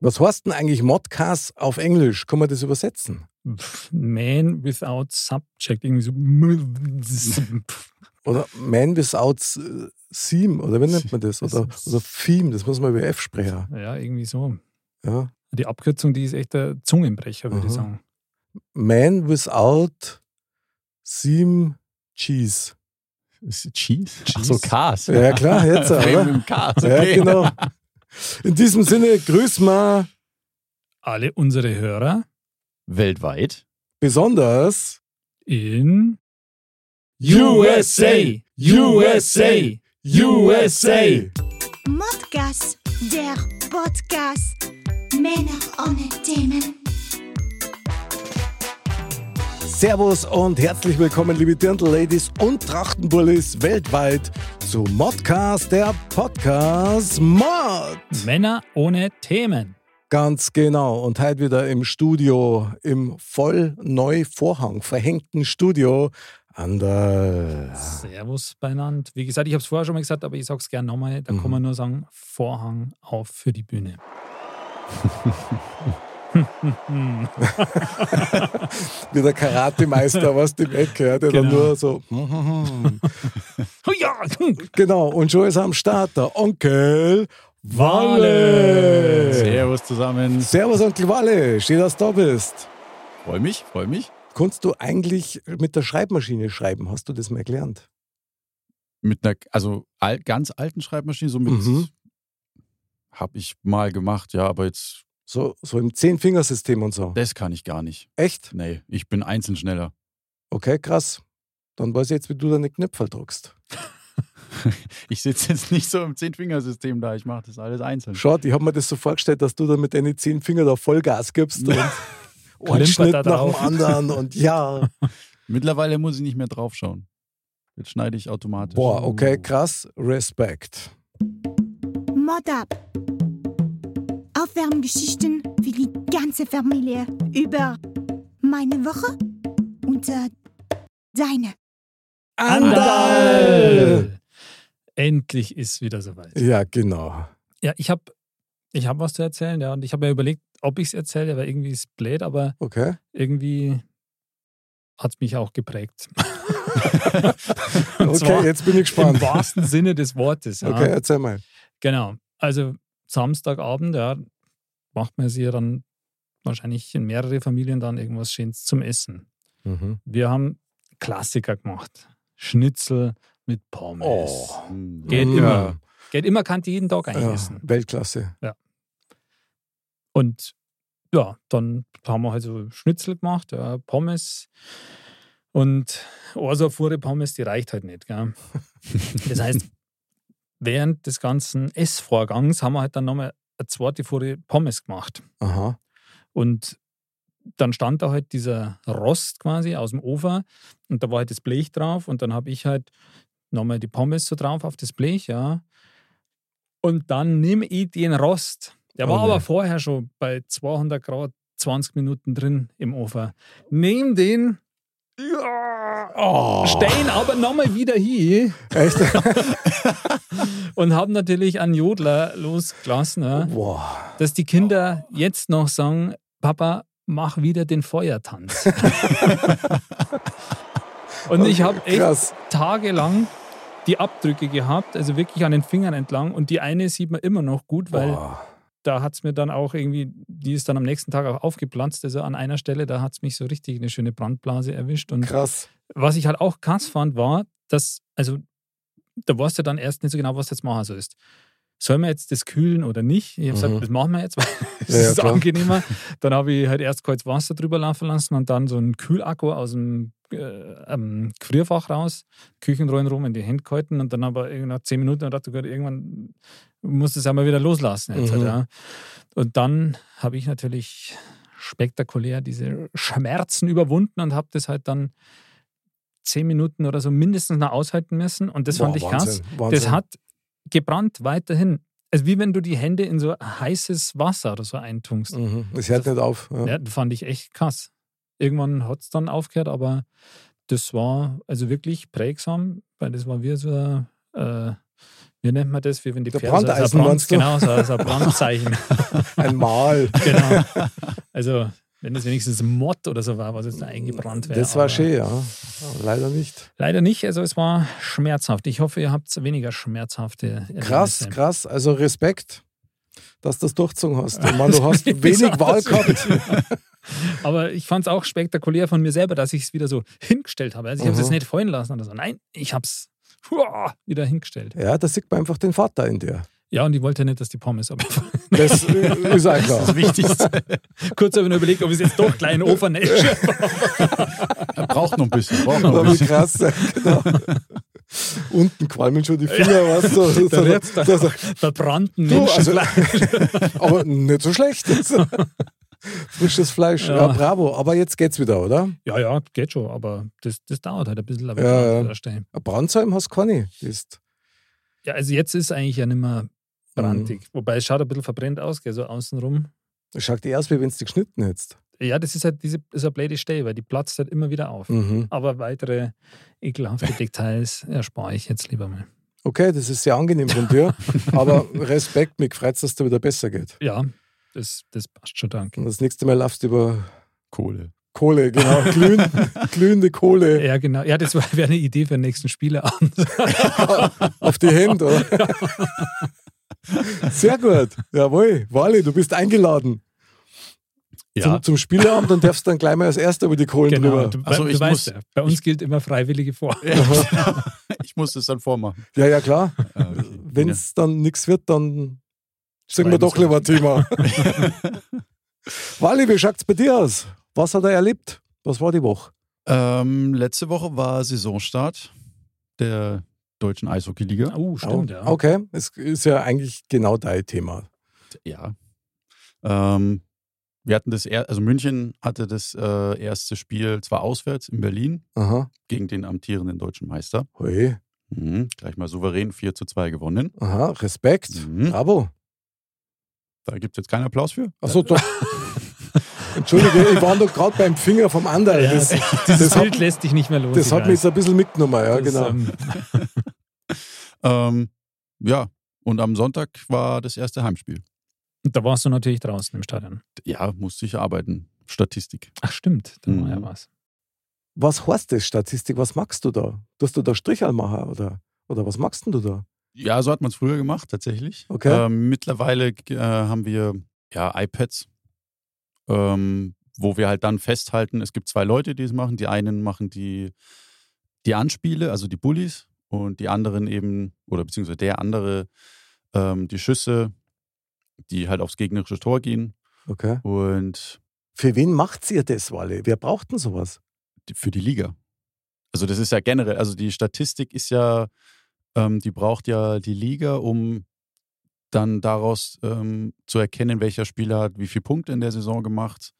Was heißt denn eigentlich Modcast auf Englisch? Kann man das übersetzen? Pff, Man without subject, irgendwie so. Oder Man Without äh, Theme, oder wie nennt man das? Oder, Das ist- oder Theme, das muss man über F sprechen. Ja, irgendwie so. Ja. Die Abkürzung, die ist echt der Zungenbrecher, würde ich Aha. sagen. Man Without Theme Cheese. Ist Cheese? Ach so, Cheese. Cars. Ja, ja, klar, jetzt, oder? Premium Cars. Ja, genau. In diesem Sinne, grüß mal Alle unsere Hörer Weltweit. besonders in USA, USA, USA. Modcast, der Podcast. Männer ohne Themen. Servus und herzlich willkommen, liebe Dirndl-Ladies und Trachtenbullis weltweit zu Modcast, der Podcast Mod. Männer ohne Themen. Ganz genau. Und heute wieder im Studio, im voll neu Vorhang verhängten Studio an der. Servus beinand. Wie gesagt, ich habe es vorher schon mal gesagt, aber ich sage es gerne nochmal. Da Mhm. kann man nur sagen, Vorhang auf für die Bühne. Wie der Karate-Meister, was dem Eck ja, der dann Genau. nur so. Ja, Genau. Und schon ist am Start der Onkel Walle. Walle. Servus zusammen. Servus, Onkel Walle. Schön, dass du da bist. Freu mich, freu mich. Kannst du eigentlich mit der Schreibmaschine schreiben? Hast du das mal gelernt? Mit einer also al ganz alten Schreibmaschine, so mit Mhm. habe ich mal gemacht, ja, aber jetzt So, so im Zehn-Fingersystem und so. das kann ich gar nicht. Echt? Nee, ich bin einzeln schneller. Okay, krass. Dann weiß ich jetzt, wie du deine Knöpfe drückst. Ich sitze jetzt nicht so im Zehnfingersystem da, ich mache das alles einzeln. Schaut, ich habe mir das so vorgestellt, dass du da mit deinen zehn Fingern da Vollgas gibst und einen Klimpert Schnitt nach da dem drauf. anderen und ja. Mittlerweile muss ich nicht mehr draufschauen. Jetzt schneide ich automatisch. Oh. Boah, okay, krass. Respekt. Mod ab. Aufwärmgeschichten für die ganze Familie über meine Woche und äh, deine. Andal! Endlich ist wieder soweit. Ja, genau. Ja, ich habe ich hab was zu erzählen, ja, und ich habe mir überlegt, ob ich es erzähle, aber irgendwie ist blöd, aber Okay. irgendwie hat es mich auch geprägt. Und zwar Okay, jetzt bin ich Im gespannt. wahrsten Sinne des Wortes. Ja. Okay, erzähl mal. Genau. Also Samstagabend, ja, macht man sich ja dann wahrscheinlich in mehrere Familien dann irgendwas Schönes zum Essen. Wir haben Klassiker gemacht. Schnitzel mit Pommes. Oh. Hm. Geht Ja. immer. Geht immer, kann die jeden Tag Ja, einessen. Weltklasse. Und ja, dann haben wir halt so Schnitzel gemacht, ja, Pommes. Und Orsafuhre Pommes, die reicht halt nicht. Gell? Das heißt, während des ganzen Essvorgangs haben wir halt dann nochmal eine zweite Fuhre Pommes gemacht. Aha. Und dann stand da halt dieser Rost quasi aus dem Ofen und da war halt das Blech drauf und dann habe ich halt nochmal die Pommes so drauf auf das Blech, ja. Und dann nimm ich den Rost. Der Oh war nee. aber vorher schon bei 200 Grad 20 Minuten drin im Ofen. Nimm den, Oh. stell ihn aber nochmal wieder hier Echt? und hab natürlich einen Jodler losgelassen, ja, Boah. dass die Kinder jetzt noch sagen, Papa, mach wieder den Feuertanz. und ich habe echt Krass. tagelang die Abdrücke gehabt, also wirklich an den Fingern entlang. Und die eine sieht man immer noch gut, weil Boah. da hat es mir dann auch irgendwie, die ist dann am nächsten Tag auch aufgeplatzt. Also an einer Stelle, da hat es mich so richtig eine schöne Brandblase erwischt. Und Krass. was ich halt auch krass fand, war, dass, also da weißt du dann erst nicht so genau, was du jetzt machen sollst. Soll man jetzt das kühlen oder nicht? Ich habe gesagt, Mhm. das machen wir jetzt, weil das Ja, ja, ist klar. angenehmer. Dann habe ich halt erst kurz Wasser drüber laufen lassen und dann so einen Kühlakku aus dem äh, ähm, Gefrierfach raus, Küchenrollen rum in die Hände gehalten und dann aber irgendwie nach zehn Minuten dachte ich, Gott, irgendwann muss das einmal wieder loslassen. Jetzt halt, Mhm. ja. Und dann habe ich natürlich spektakulär diese Schmerzen überwunden und habe das halt dann zehn Minuten oder so mindestens noch aushalten müssen. Und das fand Boah, ich Wahnsinn, krass. Wahnsinn. Das hat gebrannt weiterhin. Also wie wenn du die Hände in so heißes Wasser oder so eintunkst. Mhm. Es hört Das- nicht auf. Ja. Ja, das fand ich echt krass. Irgendwann hat es dann aufgehört, aber das war also wirklich prägsam, weil das war wie so ein äh, wie nennt man das? Wie wenn die Der Pferde so- Brandeisen, so ein Brand, meinst du? Genau, so, so ein Brandzeichen. Ein Mal. genau. Also, wenn das wenigstens ein Mord oder so war, was jetzt da eingebrannt wäre. Das war aber schön, ja. Leider nicht. Leider nicht. Also, es war schmerzhaft. Ich hoffe, ihr habt weniger schmerzhafte Krass, Erlebnisse. krass. Also Respekt, dass du das durchgezogen hast. Ich meine, du hast wenig Wahl gehabt. Aber ich fand es auch spektakulär von mir selber, dass ich es wieder so hingestellt habe. Also, ich habe es Mhm. jetzt nicht fallen lassen oder so. Nein, ich habe es wieder hingestellt. Ja, da sieht man einfach den Vater in dir. Ja, und ich wollte ja nicht, dass die Pommes abfallen. Das äh, ist auch Das ist klar. das Wichtigste. Kurz habe ich nur überlegt, ob ich es jetzt doch klein Ofen Er braucht noch ein bisschen. Braucht noch ein Aber wie bisschen. krass. Genau. Unten qualmen schon die Finger, weißt du. So, Da so, wird's so, dann- so, verbrannten Du, also- Menschenfleisch. aber nicht so schlecht. Frisches Fleisch. Ja. Ja. bravo. Aber jetzt geht's wieder, oder? Ja, ja, geht schon, aber das, das dauert halt ein bisschen. Aber Ja, ja, ja. an der Stelle. Ein Brandsalm hast du keine. Die Ist, ja, also jetzt ist eigentlich ja nicht mehr Mhm. brandig. Wobei es schaut ein bisschen verbrennt aus, gell, so außenrum. das schaut die erst, wie wenn du die geschnitten hättest. Ja, das ist halt diese so eine blöde Stelle, weil die platzt halt immer wieder auf. Mhm. Aber weitere ekelhafte Details erspare ich jetzt lieber mal. Okay, das ist sehr angenehm von dir. aber Respekt, mich freut dass es dir wieder besser geht. Ja, das, das passt schon, danke. Und das nächste Mal laufst du über Kohle. Kohle, genau. Glühen, glühende Kohle Ja, genau. Ja, das war- wäre eine Idee für den nächsten Genau. Spieleabend. auf die Hände, oder? Sehr gut. Jawohl. Wally, du bist eingeladen Ja. zum, zum Spieleabend und darfst dann gleich mal als Erster über die Kohlen Genau. drüber. Du, Also du ich weißt muss- ja, bei uns gilt immer freiwillige vor. genau. Ich muss das dann vormachen. Ja, ja, klar. Ah, okay. Wenn es dann nichts wird, dann sagen wir Schreiben's doch lieber ein Thema. Wally, wie schaut's bei dir aus? Was hat er erlebt? Was war die Woche? ähm, letzte Woche war Saisonstart der deutschen Eishockeyliga. Oh, stimmt, ja. Okay, es ist ja eigentlich genau dein Thema. Ja. Ähm, wir hatten das, er also München hatte das äh, erste Spiel zwar auswärts in Berlin Aha. gegen den amtierenden deutschen Meister. Hui. Mhm. Gleich mal souverän 4 zu 2 gewonnen. Aha, Respekt. Mhm. Bravo. Da gibt es jetzt keinen Applaus für. Achso, doch. Entschuldige, ich war doch gerade beim Finger vom anderen. Ja, das das, das dieses hat- Bild lässt dich nicht mehr los. das ich hat mich weiß. jetzt ein bisschen mitgenommen, ja, Das, genau. ähm, Ähm, ja, und am Sonntag war das erste Heimspiel. da warst du natürlich draußen im Stadion. Ja, musste ich arbeiten. Statistik. Ach, stimmt, da war Mhm. ja was. was heißt das, Statistik? Was magst du da? Tust du da Striche machen oder, oder was magst denn du da? Ja, so hat man es früher gemacht, tatsächlich. Okay. Ähm, mittlerweile äh, haben wir ja iPads, ähm, wo wir halt dann festhalten, es gibt zwei Leute, die es machen. Die einen machen die, die Anspiele, also die Bullies, und die anderen eben, oder beziehungsweise der andere, ähm, die Schüsse, die halt aufs gegnerische Tor gehen. Okay. Und Für wen macht ihr das, Walle? Wer braucht denn sowas? die- für die Liga. Also das ist ja generell, also die Statistik ist ja, ähm, die braucht ja die Liga, um dann daraus ähm, zu erkennen, welcher Spieler hat wie viele Punkte in der Saison gemacht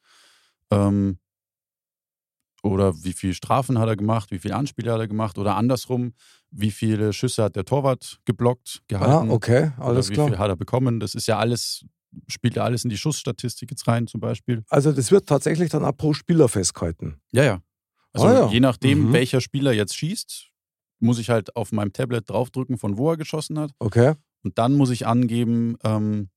ähm, oder wie viele Strafen hat er gemacht, wie viele Anspiele hat er gemacht oder andersrum, wie viele Schüsse hat der Torwart geblockt, Ah, gehalten okay, oder alles wie viel klar. hat er bekommen. Das ist ja alles, spielt ja alles in die Schussstatistik jetzt rein zum Beispiel. Also das wird tatsächlich dann auch pro Spieler festgehalten. Ja, ja. Also Ah, ja. je nachdem, Mhm. welcher Spieler jetzt schießt, muss ich halt auf meinem Tablet draufdrücken, von wo er geschossen hat. Okay. Und dann muss ich angeben, ähm,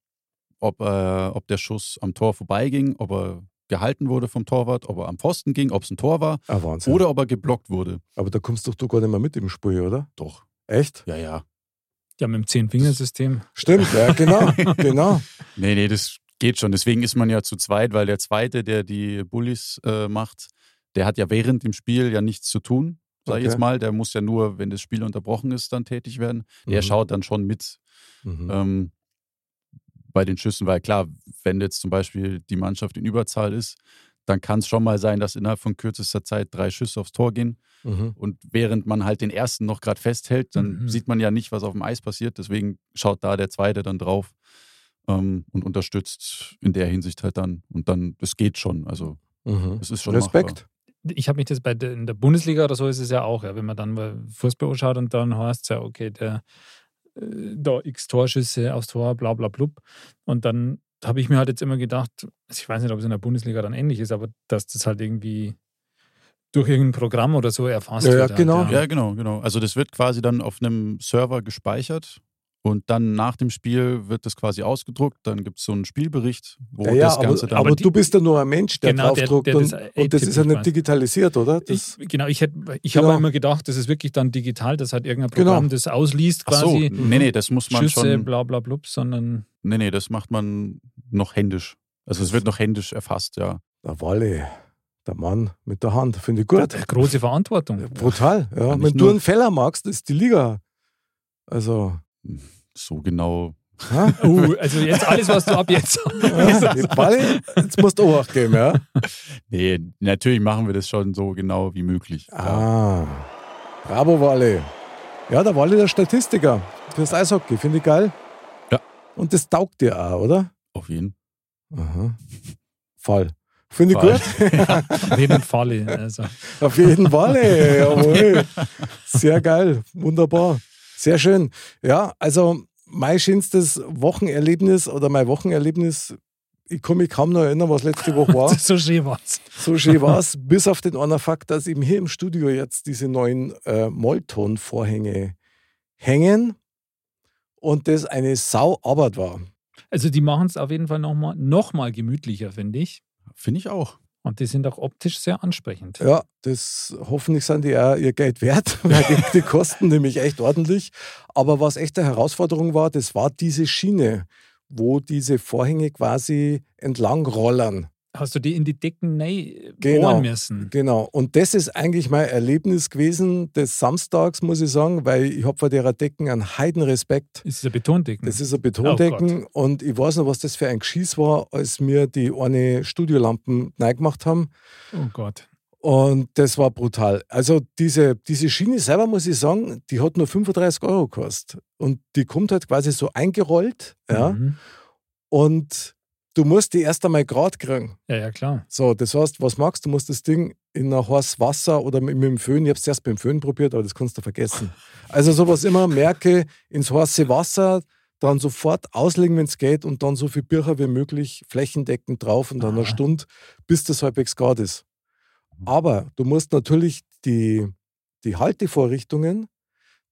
ob, äh, ob der Schuss am Tor vorbeiging, ob er gehalten wurde vom Torwart, ob er am Pfosten ging, ob es ein Tor war Ah, Wahnsinn. oder ob er geblockt wurde. Aber da kommst doch du gar nicht mehr mit im Spiel, oder? Doch. Echt? Ja, ja. Ja, mit dem Zehn-Fingersystem. Stimmt, ja, genau, genau. Nee, nee, das geht schon. Deswegen ist man ja zu zweit, weil der Zweite, der die Bullies äh, macht, der hat ja während dem Spiel ja nichts zu tun, sag ich Okay. jetzt mal. Der muss ja nur, wenn das Spiel unterbrochen ist, dann tätig werden. Der Mhm. schaut dann schon mit, Mhm. ähm, bei den Schüssen, weil klar, wenn jetzt zum Beispiel die Mannschaft in Überzahl ist, dann kann es schon mal sein, dass innerhalb von kürzester Zeit drei Schüsse aufs Tor gehen. Mhm. Und während man halt den ersten noch gerade festhält, dann Mhm. sieht man ja nicht, was auf dem Eis passiert. Deswegen schaut da der zweite dann drauf ähm, und unterstützt in der Hinsicht halt dann. Und dann, das geht schon. Also Mhm. es ist schon Machbar. Respekt. Ich habe mich das bei der, in der Bundesliga oder so ist es ja auch, ja, wenn man dann mal Fußball schaut und dann heißt es ja, okay, der äh, da x Torschüsse aufs Tor, bla bla blub. Und dann habe ich mir halt jetzt immer gedacht, also ich weiß nicht, ob es in der Bundesliga dann ähnlich ist, aber dass das halt irgendwie durch irgendein Programm oder so erfasst Ja, ja, wird. halt, genau. Ja, genau, genau. Also das wird quasi dann auf einem Server gespeichert Und dann nach dem Spiel wird das quasi ausgedruckt, dann gibt es so einen Spielbericht, wo Ja, ja, das Ganze aber dann. aber Aber die- du bist ja nur ein Mensch, der Genau, der- draufdruckt der das und, und das ist ja tippt, ich nicht weiß. digitalisiert, oder? Das, Ich, genau, ich, hätte- ich Genau. habe immer gedacht, das ist wirklich dann digital, dass halt irgendein Genau. Programm das ausliest Ach so, quasi. nee, nee, das muss man Schüsse, schon. bla bla blub, sondern Nee, nee, das macht man noch händisch. Also es wird noch händisch erfasst, ja. der Walle, der Mann mit der Hand, finde ich gut. eine große Verantwortung. Brutal. Ja. nicht Wenn du nur- einen Feller magst, ist die Liga. Also, So genau. hä? Uh, also jetzt alles, was du ab jetzt ja, die Walle, jetzt musst du Obacht geben, ja? Nee, natürlich machen wir das schon so genau wie möglich. Ja. Ah, bravo Walle. Ja, der Walle der Statistiker fürs Eishockey, finde ich geil. Ja. Und das taugt dir auch, oder? Auf jeden Aha. Voll. Finde ich Fall. gut. auf jeden Fall. Also, Auf jeden Fall, ey. jawohl. Sehr geil, wunderbar. Sehr schön. Ja, also mein schönstes Wochenerlebnis oder mein Wochenerlebnis, ich kann mich kaum noch erinnern, was letzte Woche war. so schön war's. So schön war es, bis auf den anderen Fakt, dass eben hier im Studio jetzt diese neuen äh, Mollton-Vorhänge hängen und das eine Sauarbeit war. Also die machen es auf jeden Fall nochmal noch mal gemütlicher, finde ich. Finde ich auch. Und die sind auch optisch sehr ansprechend. Ja, das hoffentlich sind die auch ihr Geld wert, weil die, die kosten nämlich echt ordentlich. Aber was echt eine Herausforderung war, das war diese Schiene, wo diese Vorhänge quasi entlang rollern. Hast du die in die Decken neu Genau. bohren müssen? Genau. Und das ist eigentlich mein Erlebnis gewesen des Samstags, muss ich sagen, weil ich habe vor derer Decken einen Heidenrespekt. Ist es ein Betondecken? Das ist ein Betondecken und ich weiß noch, was das für ein Geschiss war, als mir die eine Studiolampen gemacht haben. oh Gott. Und das war brutal. Also diese, diese Schiene selber, muss ich sagen, die hat nur 35 Euro gekostet. Und die kommt halt quasi so eingerollt. Ja? Mhm. Und du musst die erst einmal gerade kriegen. ja, ja, klar. So, das heißt, was magst du? musst das Ding in ein heißes Wasser oder mit, mit dem Föhn, ich habe es erst beim Föhn probiert, aber das kannst du vergessen. Also sowas immer, merke, ins heiße Wasser, dann sofort auslegen, wenn es geht und dann so viel Bircher wie möglich flächendeckend drauf und dann eine Aha. Stunde, bis das halbwegs gerade ist. Aber du musst natürlich die, die Haltevorrichtungen,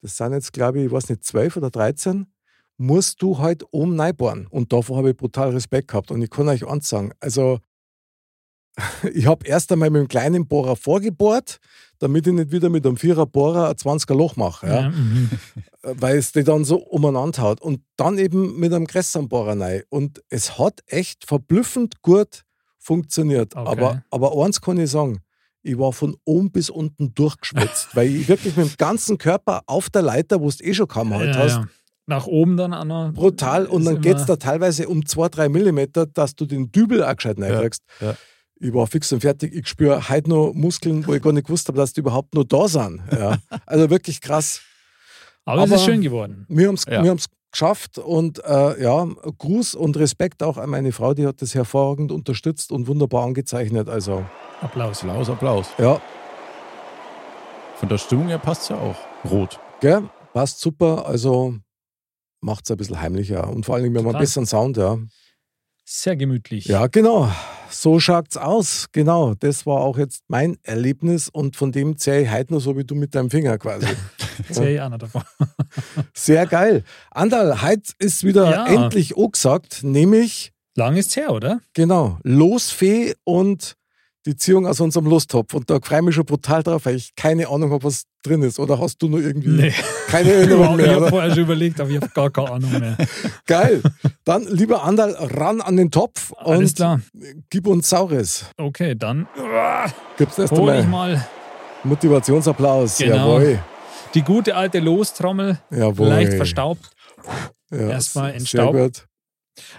das sind jetzt glaube ich, ich weiß nicht, 12 oder 13, musst du halt oben reinbohren. Und davor habe ich brutal Respekt gehabt. Und ich kann euch eins sagen, also ich habe erst einmal mit dem kleinen Bohrer vorgebohrt, damit ich nicht wieder mit einem Vierer Bohrer ein 20er Loch mache. Ja? mhm. weil es die dann so umeinander haut. Und dann eben mit einem Gressanbohrer rein. Und es hat echt verblüffend gut funktioniert. Okay. Aber, aber eins kann ich sagen, ich war von oben bis unten durchgeschwitzt, weil ich wirklich mit dem ganzen Körper auf der Leiter, wo du eh schon kaum halt ja, hast, ja. Nach oben dann auch noch. brutal. Und Ist dann geht es da immer- teilweise um 2-3 Millimeter, dass du den Dübel auch gescheit reinkriegst. ja. Ich war fix und fertig. Ich spüre heute noch Muskeln, wo ich gar nicht gewusst habe, dass die überhaupt noch da sind. Ja. Also wirklich krass. Aber, es ist aber- schön geworden. Wir haben es Ja. wir haben's geschafft und äh, ja, Gruß und Respekt auch an meine Frau, die hat das hervorragend unterstützt und wunderbar angezeichnet. Also, Applaus. Applaus, Applaus. ja, Von der Stimmung her passt ja auch. Rot. gell, passt super. Also, macht es ein bisschen heimlicher und vor allen Dingen, wir haben einen Total. besseren Sound, ja. Sehr gemütlich. Ja, genau. So schaut's aus. Genau. Das war auch jetzt mein Erlebnis und von dem zähle ich heute noch so wie du mit deinem Finger quasi. Sehe ich auch noch davon. Sehr geil. Andal, heute ist wieder Ja. endlich angesagt, nämlich Lang ist's her, oder? Genau, Losfee und die Ziehung aus unserem Lusttopf. Und da freue ich mich schon brutal drauf, weil ich keine Ahnung habe, was drin ist. Oder hast du nur irgendwie keine Erinnerung Überhaupt nicht. Ich mehr? habe Oder? vorher schon überlegt, aber ich habe gar keine Ahnung mehr. Geil. Dann, lieber Andal, ran an den Topf Alles und klar. gib uns Saures. Okay, dann Gib's erst hole ich einmal mal Motivationsapplaus. Genau. Jawohl. die gute alte Lostrommel. Jawohl. Leicht verstaubt. Ja, Erstmal sehr entstaubt.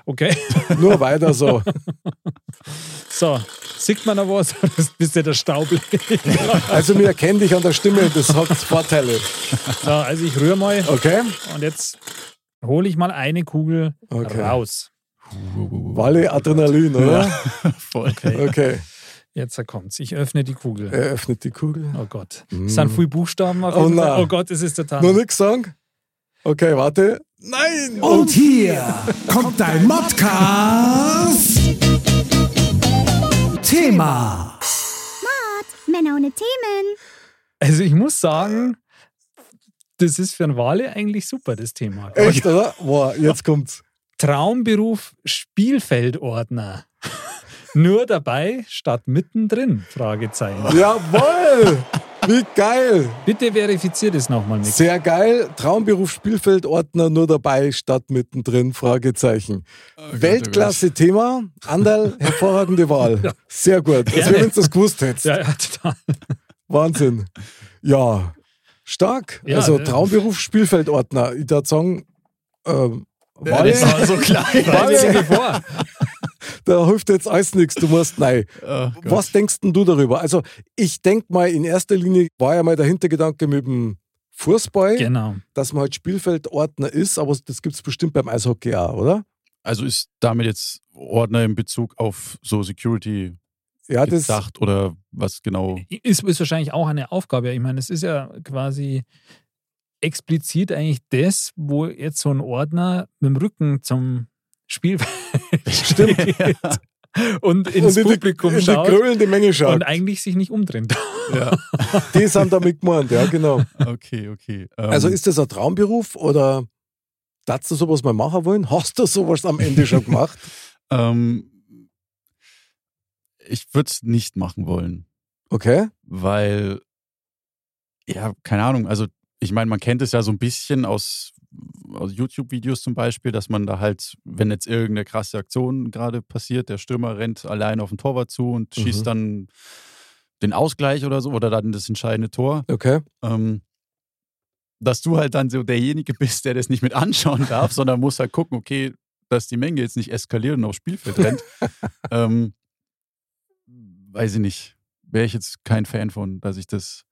Okay. gut. Nur weiter so. So, sieht man noch was? Das bist ja der Staub. Also, wir erkennen dich an der Stimme, das hat Vorteile. So, also ich rühre mal Okay? und jetzt hole ich mal eine Kugel Okay. raus. Walle Adrenalin, oder? Voll. Okay. Okay. Jetzt kommt's. Ich öffne die Kugel. Er öffnet die Kugel. Oh Gott. Äh. Mm. Es sind viele Buchstaben. auf Oh jeden Fall. nein. oh Gott, es ist der Tanz. Noch nichts sagen? Okay, warte. Nein! Und hier kommt dein Modcast. Thema. Männer ohne Themen. Also ich muss sagen, das ist für einen Wale eigentlich super, das Thema. Echt, oder? Boah, jetzt kommt's. Traumberuf Spielfeldordner. Nur dabei statt mittendrin? Fragezeichen. Jawohl! Wie geil! Bitte verifiziert es nochmal, Nick. Sehr geil. Traumberuf Spielfeldordner nur dabei statt mittendrin? Fragezeichen. Ah, Weltklasse-Thema. Anderl, hervorragende Wahl. Sehr gut. Als Gerne. wenn du das gewusst hättest. Ja, ja, total. Wahnsinn. Ja, stark. Ja, also ne? Traumberuf Spielfeldordner. Ich würde sagen, ähm, Ja, das Walle, war so klein. Weil Wale. sie bevor. da hilft jetzt alles nichts. Du musst nein. Oh Gott. Was denkst denn du darüber? Also, ich denke mal, in erster Linie war ja mal der Hintergedanke mit dem Fußball, Genau. dass man halt Spielfeldordner ist, aber das gibt es bestimmt beim Eishockey auch, oder? Also ist damit jetzt Ordner in Bezug auf so Security Ja, das, gedacht oder was genau? Ist, ist wahrscheinlich auch eine Aufgabe. Ich meine, es ist ja quasi explizit eigentlich das, wo jetzt so ein Ordner mit dem Rücken zum Spielfeld steht und ins und in die- Publikum in die schaut grölende Menge schaut. und eigentlich sich nicht umdrehen darf. ja, Die sind damit gemeint, ja, genau. okay, okay. Ähm, Also ist das ein Traumberuf oder darfst du sowas mal machen wollen? Hast du sowas am Ende schon gemacht? ähm, ich würde es nicht machen wollen, Okay. weil, ja, keine Ahnung, also ich meine, man kennt es ja so ein bisschen aus, aus YouTube-Videos zum Beispiel, dass man da halt, wenn jetzt irgendeine krasse Aktion gerade passiert, der Stürmer rennt allein auf den Torwart zu und schießt Mhm. dann den Ausgleich oder so oder dann das entscheidende Tor. Okay. ähm, dass du halt dann so derjenige bist, der das nicht mit anschauen darf, sondern muss halt gucken, okay, dass die Menge jetzt nicht eskaliert und aufs Spielfeld rennt. ähm, weiß ich nicht. Wäre ich jetzt kein Fan von, dass ich das.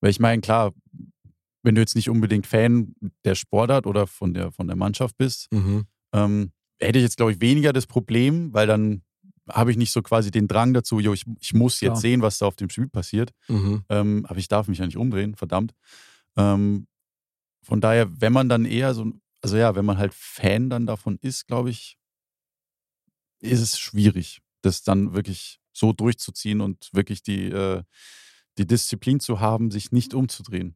Weil ich meine, klar, wenn du jetzt nicht unbedingt Fan der Sportart oder von der, von der Mannschaft bist, Mhm. ähm, hätte ich jetzt, glaube ich, weniger das Problem, weil dann habe ich nicht so quasi den Drang dazu, jo, ich, ich muss jetzt Klar. sehen, was da auf dem Spiel passiert. Mhm. Ähm, aber ich darf mich ja nicht umdrehen, verdammt. Ähm, von daher, wenn man dann eher so, also ja, wenn man halt Fan dann davon ist, glaube ich, ist es schwierig, das dann wirklich so durchzuziehen und wirklich die, äh, die Disziplin zu haben, sich nicht umzudrehen.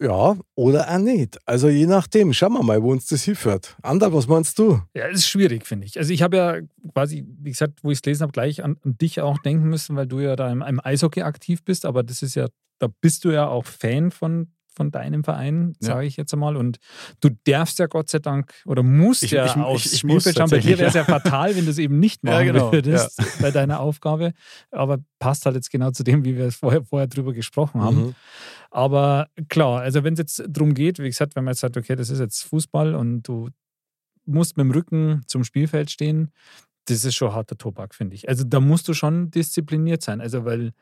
Ja, oder auch nicht. Also je nachdem. Schauen wir mal, wo uns das hinführt. Ander, was meinst du? Ja, ist schwierig, finde ich. Also ich habe ja quasi, wie gesagt, wo ich es gelesen habe, gleich an, an dich auch denken müssen, weil du ja da im, im Eishockey aktiv bist, aber das ist ja, da bist du ja auch Fan von, von deinem Verein, Ja. sage ich jetzt einmal. Und du darfst ja Gott sei Dank oder musst Ich- ja ich- ich- aufs ich muss Spielfeld schauen. Bei dir tatsächlich, wäre es ja fatal, wenn du es eben nicht machen Ja, genau, würdest bei deiner Aufgabe. Aber passt halt jetzt genau zu dem, wie wir es vorher, vorher drüber gesprochen haben. Mhm. Aber klar, also wenn es jetzt darum geht, wie gesagt, wenn man jetzt sagt, okay, das ist jetzt Fußball und du musst mit dem Rücken zum Spielfeld stehen, das ist schon harter Tobak, finde ich. Also da musst du schon diszipliniert sein. Also weil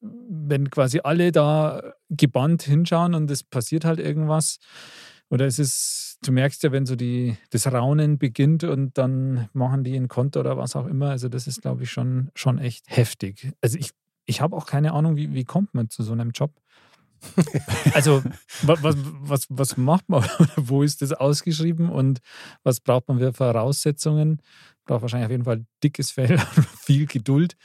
wenn quasi alle da gebannt hinschauen und es passiert halt irgendwas, oder es ist, du merkst ja, wenn so die, das Raunen beginnt und dann machen die einen Konter oder was auch immer, also das ist, glaube ich, schon, schon echt heftig. Also ich, ich habe auch keine Ahnung, wie, wie kommt man zu so einem Job? Also, was, was, was, was macht man? Wo ist das ausgeschrieben und was braucht man für Voraussetzungen? Braucht wahrscheinlich auf jeden Fall dickes Fell, und viel Geduld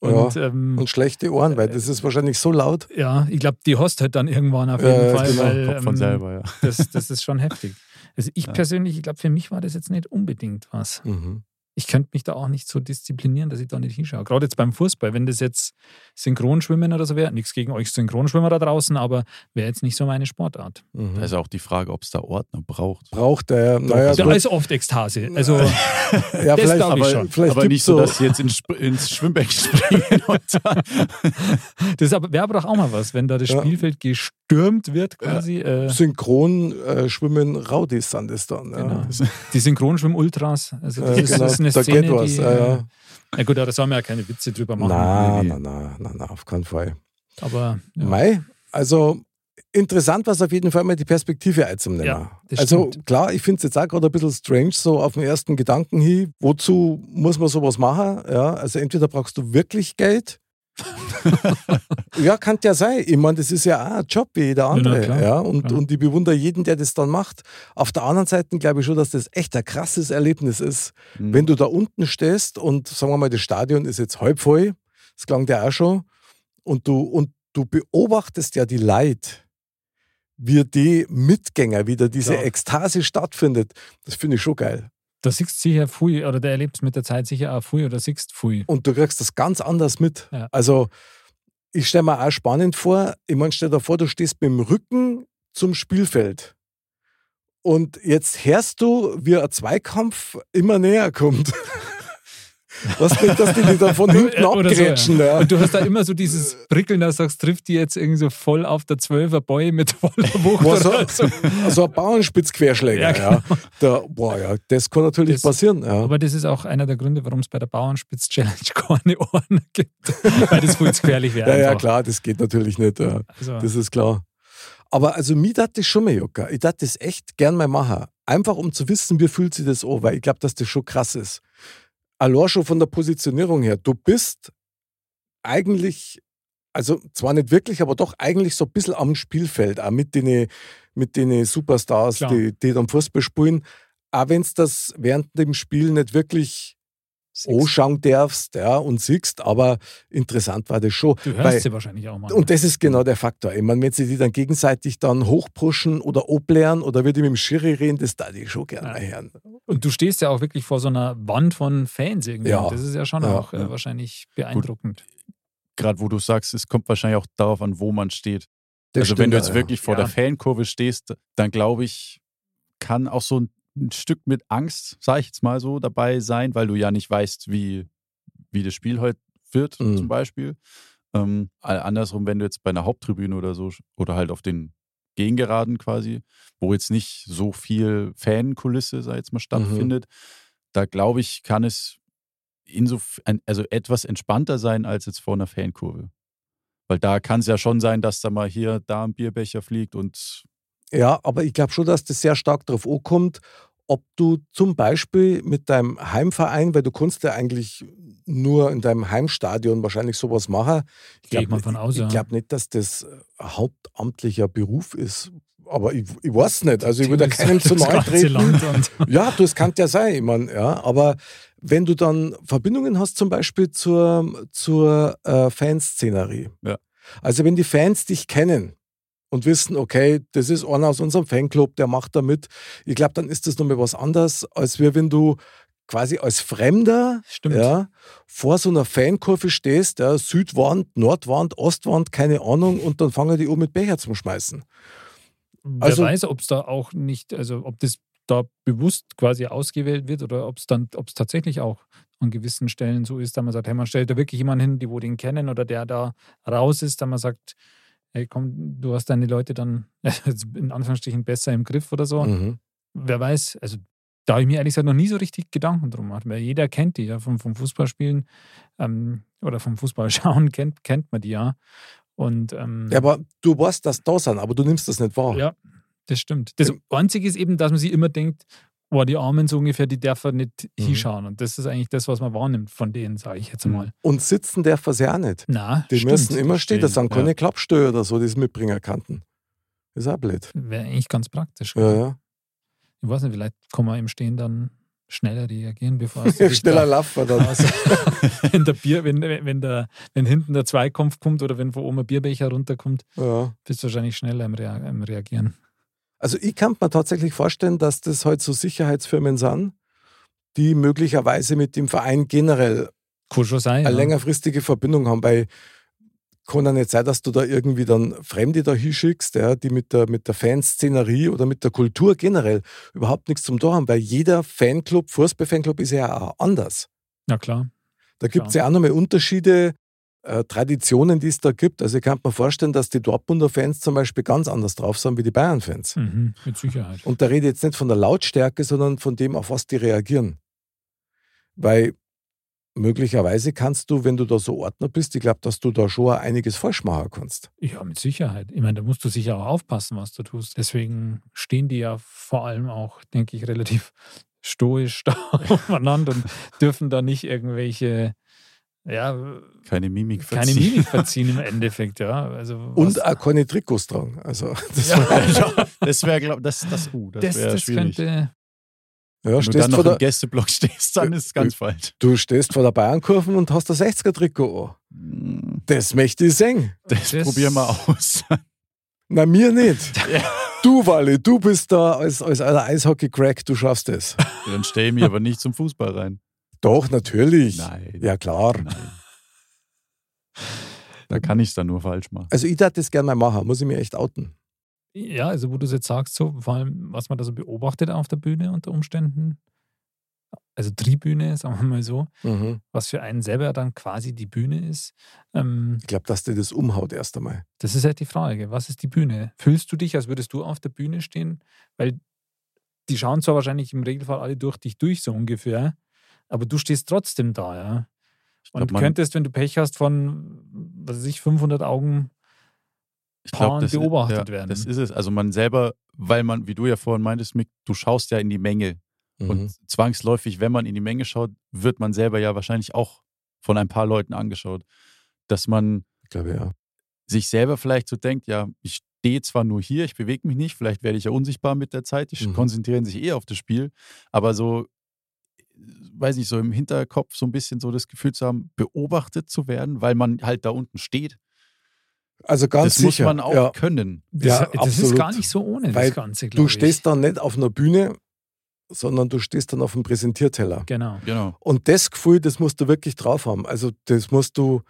und, ähm, Und schlechte Ohren, weil das ist wahrscheinlich so laut. ja, ich glaube, die Host hört dann irgendwann auf Ja, jeden ja, Fall, genau. weil Kopf von ähm, selber, ja. Das, das ist schon heftig. Also ich Ja. persönlich, ich glaube, für mich war das jetzt nicht unbedingt was. Mhm. Ich könnte mich da auch nicht so disziplinieren, dass ich da nicht hinschaue. Gerade jetzt beim Fußball, wenn das jetzt Synchronschwimmen oder so wäre, nichts gegen euch Synchronschwimmer da draußen, aber wäre jetzt nicht so meine Sportart. Mhm. Da ist ja auch die Frage, ob es da Ordner braucht. Braucht er, naja, da gut. ist oft Ekstase. Also Also ja, das vielleicht, glaub ich aber, schon. vielleicht Aber gibt's nicht so, dass sie jetzt ins, Sp- ins Schwimmbecken springen und dann das wäre aber doch auch mal was, wenn da das Ja. Spielfeld gestürmt wird quasi. Äh, synchron äh, schwimmen Raudis sind es dann. Ja. Genau. Die Synchronschwimm-Ultras. Also das, Äh, ist, genau, das ist eine da Szene, geht was. die... ja, ja. Na gut, aber da sollen wir ja keine Witze drüber machen. Nein, Nee, nein, nein, nein, nein, auf keinen Fall. Aber ja. Mei, also interessant war es auf jeden Fall mal die Perspektive einzunehmen. Ja, das also stimmt. klar, ich finde es jetzt auch gerade ein bisschen strange, so auf den ersten Gedanken hin, wozu muss man sowas machen? Ja, also entweder brauchst du wirklich Geld. ja, kann ja sein. Ich meine, das ist ja auch ein Job wie jeder na andere. klar, ja, und, klar. und ich bewundere jeden, der das dann macht. Auf der anderen Seite glaube ich schon, dass das echt ein krasses Erlebnis ist, Mhm. wenn du da unten stehst und sagen wir mal, das Stadion ist jetzt halb voll, das klang ja auch schon, und du, und du beobachtest ja die Leid, wir die Mitgänger, wie da diese Klar. Ekstase stattfindet, das finde ich schon geil. Da siehst du sicher Fui oder da erlebst mit der Zeit sicher auch Fui oder siehst Fui. Und du kriegst das ganz anders mit. Ja. Also, ich stelle mir auch spannend vor, ich meine, stell dir vor, du stehst mit dem Rücken zum Spielfeld. Und jetzt hörst du, wie ein Zweikampf immer näher kommt. Was bringt das, die die da von hinten Oder so, ja. abgrätschen? ja. Und du hast da immer so dieses Prickeln, dass du sagst, trifft die jetzt irgendwie so voll auf der 12er Boy mit voller Wucht Was oder so. Also ein Bauernspitzquerschläger, Ja, genau. ja. Da, boah, ja, das kann natürlich Das- passieren. Ja. Aber das ist auch einer der Gründe, warum es bei der Bauernspitz-Challenge keine Ohren gibt. Weil das voll zu gefährlich wäre. Ja, ja, einfach. klar, das geht natürlich nicht. Ja. Also, Das ist klar. Aber also mir dachte das schon mal Jocka. Ich dachte das echt gern mal machen. Einfach um zu wissen, wie fühlt sich das an, weil ich glaube, dass das schon krass ist. Allein schon von der Positionierung her. Du bist eigentlich, also zwar nicht wirklich, aber doch eigentlich so ein bisschen am Spielfeld, auch mit den, mit den Superstars, Klar. die, die dann Fußball spielen. Auch wenn es das während dem Spiel nicht wirklich anschauen darfst ja, und siehst, aber interessant war das schon. du weil- hörst sie wahrscheinlich auch mal. und das ist genau der Faktor. Ich meine, wenn sie die dann gegenseitig dann hochpushen oder oblehren oder wird die mit dem Schiri reden, das da die schon gerne Ja. mal hören. Und du stehst ja auch wirklich vor so einer Wand von Fans irgendwie. Ja. Das ist ja schon Ja, auch äh, ja. wahrscheinlich beeindruckend. Gerade wo du sagst, es kommt wahrscheinlich auch darauf an, wo man steht. Das also stimmt wenn du jetzt ja. wirklich vor Ja. der Fankurve stehst, dann glaube ich, kann auch so ein, ein Stück mit Angst, sage ich jetzt mal so, dabei sein, weil du ja nicht weißt, wie, wie das Spiel heute wird, Mhm. zum Beispiel. Ähm, a- andersrum, wenn du jetzt bei einer Haupttribüne oder so, oder halt auf den Gegengeraden quasi, wo jetzt nicht so viel Fankulisse, sag ich jetzt mal, Mhm. stattfindet, da glaube ich, kann es insofern, also etwas entspannter sein als jetzt vor einer Fankurve. Weil da kann es ja schon sein, dass da mal hier, da ein Bierbecher fliegt und Ja, aber ich glaube schon, dass das sehr stark darauf ankommt, ob du zum Beispiel mit deinem Heimverein, weil du kannst ja eigentlich nur in deinem Heimstadion wahrscheinlich sowas machen. Ich glaube Gehe ich mal von aus, ich ja. glaub nicht, dass das ein hauptamtlicher Beruf ist. Aber ich, ich weiß nicht. Also ich würde Das keinem zu ganze nahe treten. Land und Ja, das kann ja sein, ich mein, ja. Aber wenn du dann Verbindungen hast, zum Beispiel zur, zur äh, Fanszenerie. Ja. Also wenn die Fans dich kennen und wissen, okay, das ist einer aus unserem Fanclub, der macht da mit, ich glaube, dann ist das nochmal was anderes, als wir, wenn du quasi als Fremder Stimmt. ja, vor so einer Fankurve stehst, ja, Südwand, Nordwand, Ostwand, keine Ahnung, und dann fangen die um mit Becher zum Schmeißen. Wer Also- weiß, ob es da auch nicht, also ob das da bewusst quasi ausgewählt wird oder ob es dann, ob es tatsächlich auch an gewissen Stellen so ist, da man sagt, hey, man stellt da wirklich jemanden hin, die wo den kennen oder der da raus ist, da man sagt, hey, komm, du hast deine Leute dann also in Anführungsstrichen besser im Griff oder so. Mhm. Wer weiß, also da habe ich mir ehrlich gesagt noch nie so richtig Gedanken drum gemacht, weil jeder kennt die ja vom, vom Fußballspielen ähm, oder vom Fußballschauen kennt, kennt man die ja. Und, ähm, Ja, aber du weißt, dass da sind, aber du nimmst das nicht wahr. ja, das stimmt. Das Äh. Einzige ist eben, dass man sich immer denkt, boah, die Armen so ungefähr, die dürfen halt nicht Mhm. hinschauen. Und das ist eigentlich das, was man wahrnimmt von denen, sage ich jetzt mal. Und sitzen darf er sie auch nicht. Na, Die stimmt. müssen immer stehen, das Stehen, sind keine ja. Klappstöhe oder so, die sie mitbringen kannten. Ist auch blöd. Wäre eigentlich ganz praktisch. Ja, ja. Ich weiß nicht, vielleicht kann man im Stehen dann schneller reagieren, bevor es sich Schneller da- laufen dann. Also, wenn der Bier, wenn, wenn, der, wenn hinten der Zweikampf kommt oder wenn von oben ein Bierbecher runterkommt, Ja. bist du wahrscheinlich schneller im, Rea im Reagieren. Also ich kann mir tatsächlich vorstellen, dass das halt so Sicherheitsfirmen sind, die möglicherweise mit dem Verein generell Kann schon sein. eine ja. längerfristige Verbindung haben, weil kann ja nicht sein, dass du da irgendwie dann Fremde da hinschickst, ja, die mit der, mit der Fanszenerie oder mit der Kultur generell überhaupt nichts zum Tor haben, weil jeder Fanclub, Fußballfanclub ist ja auch anders. Na klar. Da gibt es ja auch nochmal Unterschiede, äh, Traditionen, die es da gibt. Also ich kann mir vorstellen, dass die Dortmunder Fans zum Beispiel ganz anders drauf sind wie die Hm. Bayern-Fans. Mhm, mit Sicherheit. Und da rede ich jetzt nicht von der Lautstärke, sondern von dem, auf was die reagieren. Weil möglicherweise kannst du, wenn du da so Ordner bist, ich glaube, dass du da schon einiges falsch machen kannst. Ja, mit Sicherheit. Ich meine, da musst du sicher auch aufpassen, was du tust. Deswegen stehen die ja vor allem auch, denke ich, relativ stoisch da aufeinander und dürfen da nicht irgendwelche, ja, keine Mimik keine Mimik verziehen im Endeffekt, ja. Also was- Und auch keine Trikots tragen. Also, das ja. Mimik. das wäre, glaube das, das, uh, das, das, wäre das schwierig. könnte. ja, Wenn du dann stehst vor noch im der, Gästeblock stehst, dann ist es ganz falsch. du stehst vor der Bayernkurven und hast das 60er-Trikot an. Das möchte ich sehen. Das, Mm. Das- probieren wir aus. Na, mir nicht. Du, Wally, du bist da als, als alter Eishockey-Crack, du schaffst es. Dann stell ich mich aber nicht zum Fußball rein. Doch, natürlich. Nein. Ja, klar. Nein. Da kann ich es dann nur falsch machen. Also, ich darf das gerne mal machen, muss ich mir echt outen. Ja, also wo du es jetzt sagst, so, vor allem, was man da so beobachtet auf der Bühne unter Umständen, also Tribüne, sagen wir mal so, Mhm. was für einen selber dann quasi die Bühne ist, ähm, Ich glaube, dass dir das umhaut erst einmal. das ist halt die Frage. Was ist die Bühne? Fühlst du dich, als würdest du auf der Bühne stehen? Weil die schauen zwar wahrscheinlich im Regelfall alle durch dich durch, so ungefähr, aber du stehst trotzdem da, ja. Ich Und glaube, man- könntest, wenn du Pech hast, von, was weiß ich, 500 Augen ich Paaren beobachtet werden. Das ist es. Also man selber, weil man, wie du ja vorhin meintest, Mick, du schaust ja in die Menge. Mhm. Und zwangsläufig, wenn man in die Menge schaut, wird man selber ja wahrscheinlich auch von ein paar Leuten angeschaut. Dass man Ich glaube, ja. sich selber vielleicht so denkt, ja, ich stehe zwar nur hier, ich bewege mich nicht, vielleicht werde ich ja unsichtbar mit der Zeit, die Mhm. konzentrieren sich eh auf das Spiel, aber so, weiß nicht, so im Hinterkopf so ein bisschen so das Gefühl zu haben, beobachtet zu werden, weil man halt da unten steht, Also, ganz das sicher. muss man auch ja. können. Das, ja, das ist gar absolut. nicht so ohne, Weil das Ganze, glaube Du ich. stehst dann nicht auf einer Bühne, sondern du stehst dann auf dem Präsentierteller. Genau. Genau. Und das Gefühl, das musst du wirklich drauf haben. Also das musst du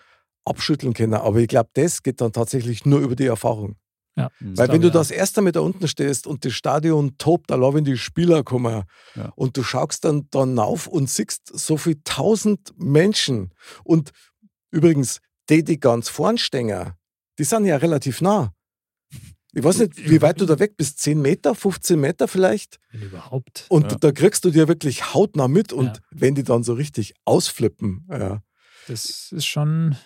abschütteln können. Aber ich glaube, das geht dann tatsächlich nur über die Erfahrung. Mhm. Weil glaub wenn du ich auch. das erste Mal da unten stehst und das Stadion tobt, allein wenn die Spieler kommen Ja. und du schaust dann dann auf und siehst so viel tausend Menschen und übrigens die, die ganz vorn stehen, die sind ja relativ nah. Ich weiß nicht, wie weit du da weg bist, 10 Meter, 15 Meter vielleicht. Wenn überhaupt. Und Ja. da kriegst du dir wirklich hautnah mit und Ja. wenn die dann so richtig ausflippen, ja. Das ist schon,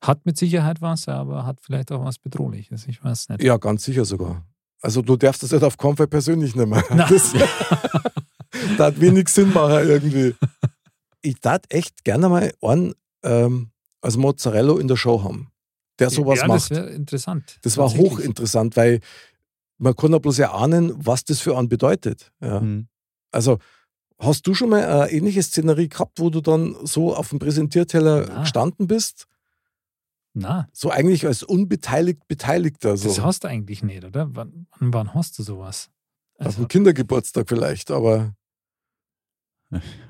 hat mit Sicherheit was, aber hat vielleicht auch was Bedrohliches. Ich weiß nicht. Ja, ganz sicher sogar. Also du darfst das nicht auf Konfer persönlich nicht mehr. Nein. Das, da hat wenig Sinn machen irgendwie. Ich tat echt gerne mal einen ähm, als Mozzarella in der Show haben, der sowas ja, macht. Das wäre interessant. das war Tatsächlich. hochinteressant, weil man kann ja bloß erahnen, was das für einen bedeutet. Ja. Mhm. Also hast du schon mal eine ähnliche Szenerie gehabt, wo du dann so auf dem Präsentierteller Na. gestanden bist? Na, So eigentlich als unbeteiligt Beteiligter. So. das hast du eigentlich nicht, oder? Wann, wann- wann hast du sowas? Auf Also, dem Kindergeburtstag vielleicht, aber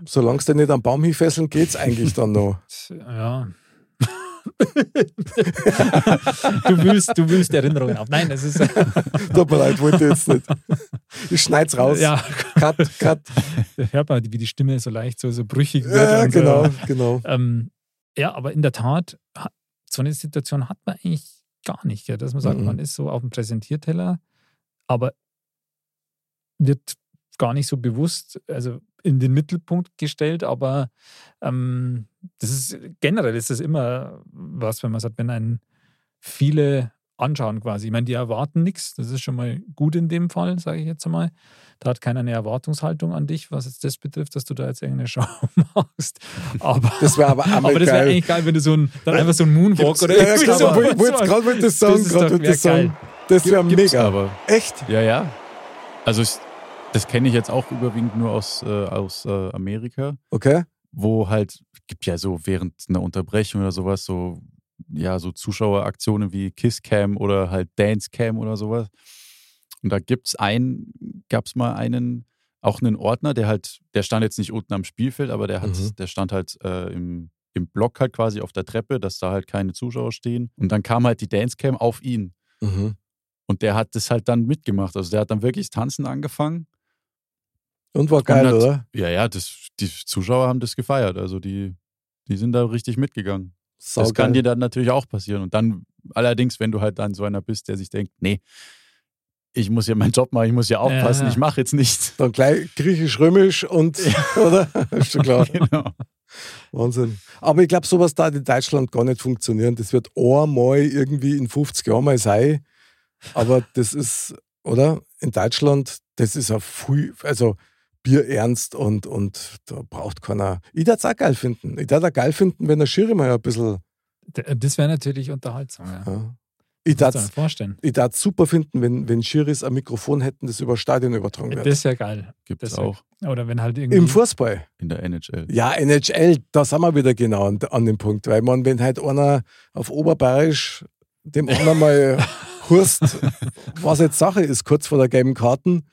solange es dir nicht am Baum hinfesseln, geht es eigentlich dann noch. ja. du, willst, du willst Erinnerungen auf. Nein, das ist. Tut mir leid, wollte ich jetzt nicht. Ich schneid's raus. Ja, Cut, cut. hört man, wie die Stimme so leicht so, so brüchig wird. Ja, und so. genau, genau. Ähm, ja, aber in der Tat, ha- so eine Situation hat man eigentlich gar nicht, ja, dass man sagt, Mhm. man ist so auf dem Präsentierteller, aber wird gar nicht so bewusst, also in den Mittelpunkt gestellt, aber ähm, das ist generell ist das immer was, wenn man sagt, wenn einen viele anschauen quasi. Ich meine, die erwarten nichts, das ist schon mal gut in dem Fall, sage ich jetzt einmal. Da hat keiner eine Erwartungshaltung an dich, was jetzt das betrifft, dass du da jetzt irgendeine Show machst. Aber Das wäre aber einmal aber das wäre geil. Äh, eigentlich geil, wenn du so ein, dann einfach so ein Moonwalk Gibt's- oder ja, irgendwie klar, so. wollte- wollte- gerade wollte ich das sagen, Das ist gerade doch- wollte ich wär das sagen. Das wäre Gibt's mega. aber. Echt? Ja, ja. Also ich, das kenne ich jetzt auch überwiegend nur aus, äh, aus äh, Amerika. Okay. wo halt, gibt ja so während einer Unterbrechung oder sowas, so, ja, so Zuschaueraktionen wie Kisscam oder halt Dancecam oder sowas. Und da gibt's einen, gab's mal einen, auch einen Ordner, der halt, der stand jetzt nicht unten am Spielfeld, aber der hat, Mhm. der stand halt äh, im, im Block halt quasi auf der Treppe, dass da halt keine Zuschauer stehen. Und dann kam halt die Dancecam auf ihn. Mhm. Und der hat das halt dann mitgemacht. Also der hat dann wirklich tanzen angefangen. Und war geil, hat- oder? Ja, ja, das, die Zuschauer haben das gefeiert. Also die, die sind da richtig mitgegangen. Sau das kann dir dann natürlich auch passieren. Und dann allerdings, wenn du halt dann so einer bist, der sich denkt, nee, ich muss ja meinen Job machen, ich muss ja aufpassen, Ja. ich mache jetzt nichts. dann gleich griechisch-römisch und, oder? Ist schon klar. genau. Wahnsinn. Aber ich glaube, sowas da in Deutschland gar nicht funktionieren. Das wird einmal irgendwie in 50 Jahren mal sein. Aber das ist, oder? In Deutschland, das ist auch viel, also bierernst und, und da braucht keiner. Ich würde es auch geil finden. Ich würde auch geil finden, wenn der Schiri mal ein bisschen. D- Das wäre natürlich unterhaltsam, ja. Ja. Ich Kannst du dir würde vorstellen. es super finden, wenn, wenn Schiris ein Mikrofon hätten, das über Stadion übertragen wird. Das wäre geil. Gibt es Das wär- auch Oder wenn halt irgendwie. Oh Im Fußball. in der NHL. Ja, NHL, da sind wir wieder genau an, an dem Punkt. Weil man, wenn halt einer auf Oberbayerisch dem anderen mal Hurst, was jetzt Sache ist, kurz vor der gelben Karten,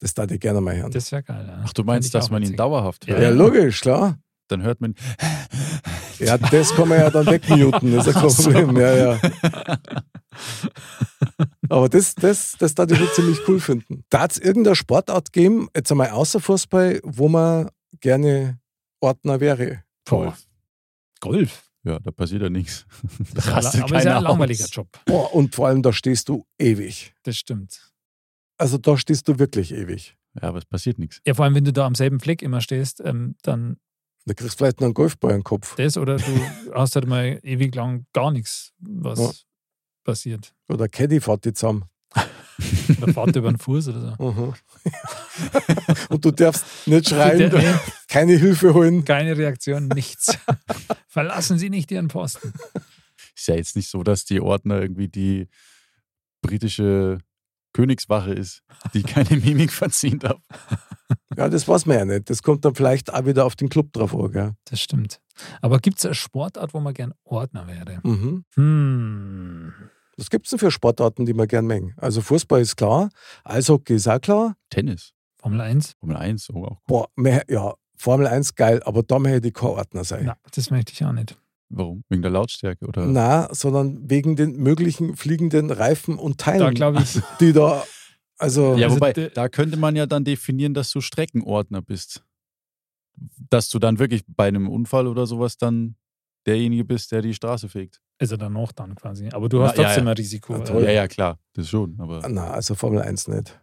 das darf ich gerne mal hören. Das wäre geil. Ja. Ach, Fänd du ich meinst, dass auch man ihn witzig. dauerhaft Ja. hört? ja, logisch, klar. Dann hört man. Ja, das kann man ja dann wegmuten, das ist ja kein Problem. Ja, ja. Aber das, das, das darf ich schon ziemlich cool finden. Da es irgendeine Sportart geben, jetzt einmal außer Fußball, wo man gerne Ordner wäre. Golf. Golf. Ja, da passiert ja nichts. Da Ja, rastet aber ist ja keiner ein langweiliger aus. Job. Boah, und vor allem, da stehst du ewig. Das stimmt. Also da stehst du wirklich ewig. Ja, aber es passiert nichts. Ja, vor allem, wenn du da am selben Fleck immer stehst, ähm, dann Da kriegst du vielleicht noch einen Golfball in den Kopf das oder du hast halt mal ewig lang gar nichts, was Ja. passiert. oder Caddy fährt die zusammen. Oder Fahrt über den Fuß oder so. Mhm. und du darfst nicht Der- schreien, nee, keine Hilfe holen. keine Reaktion, nichts. Verlassen Sie nicht Ihren Posten. Ist ja jetzt nicht so, dass die Ordner irgendwie die britische Königswache ist, die keine Mimik verziehen darf. Ja, das weiß man ja nicht. Das kommt dann vielleicht auch wieder auf den Club drauf an, gell? Das stimmt. Aber gibt es eine Sportart, wo man gern Ordner wäre? Mhm. Hm. Was gibt es denn für Sportarten, die man gern mengen? Also Fußball ist klar, Eishockey ist auch klar. Tennis, Formel 1? Formel 1, oh, auch. Boah, mehr, ja, Formel 1 geil, aber da möchte ich kein Ordner sein. Na, das möchte ich auch nicht. Warum? Wegen der Lautstärke oder? Na, sondern wegen den möglichen fliegenden Reifen und Teilen, Da glaube ich, die da, also Ja, Also wobei, de- da könnte man ja dann definieren, dass du Streckenordner bist. Dass du dann wirklich bei einem Unfall oder sowas dann derjenige bist, der die Straße fegt. also danach dann quasi. Aber du Na, hast ja, trotzdem ja. ein Risiko. also Na, toll. Ja, ja, klar, das schon. Aber na, also Formel 1 nicht.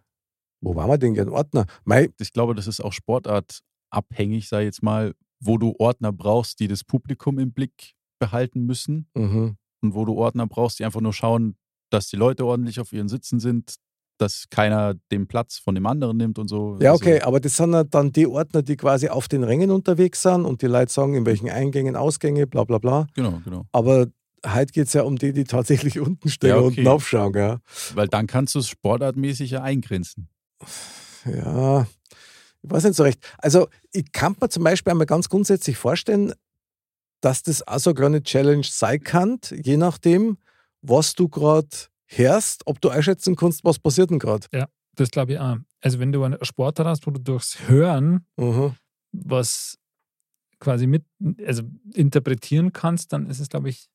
Wo waren wir denn gern Ordner? Mei, ich glaube, das ist auch sportartabhängig, sei jetzt mal, wo du Ordner brauchst, die das Publikum im Blick behalten müssen mhm. und wo du Ordner brauchst, die einfach nur schauen, dass die Leute ordentlich auf ihren Sitzen sind, dass keiner den Platz von dem anderen nimmt und so. ja, Also, okay, aber das sind ja dann die Ordner, die quasi auf den Rängen unterwegs sind und die Leute sagen, in welchen Eingängen, Ausgänge, bla bla bla. Genau, genau. Aber heute geht es ja um die, die tatsächlich unten stehen Ja, und okay. unten aufschauen, gell? Weil dann kannst du es sportartmäßig ja eingrenzen. Ja, ich weiß nicht so recht. Also, ich kann mir zum Beispiel einmal ganz grundsätzlich vorstellen, dass das auch so eine kleine Challenge sein kann, je nachdem, was du gerade hörst, ob du einschätzen kannst, was passiert denn gerade. Das glaube ich auch. Also wenn du einen Sportart hast, wo du durchs Hören Mhm. was quasi mit, also interpretieren kannst, dann ist es, glaube ich,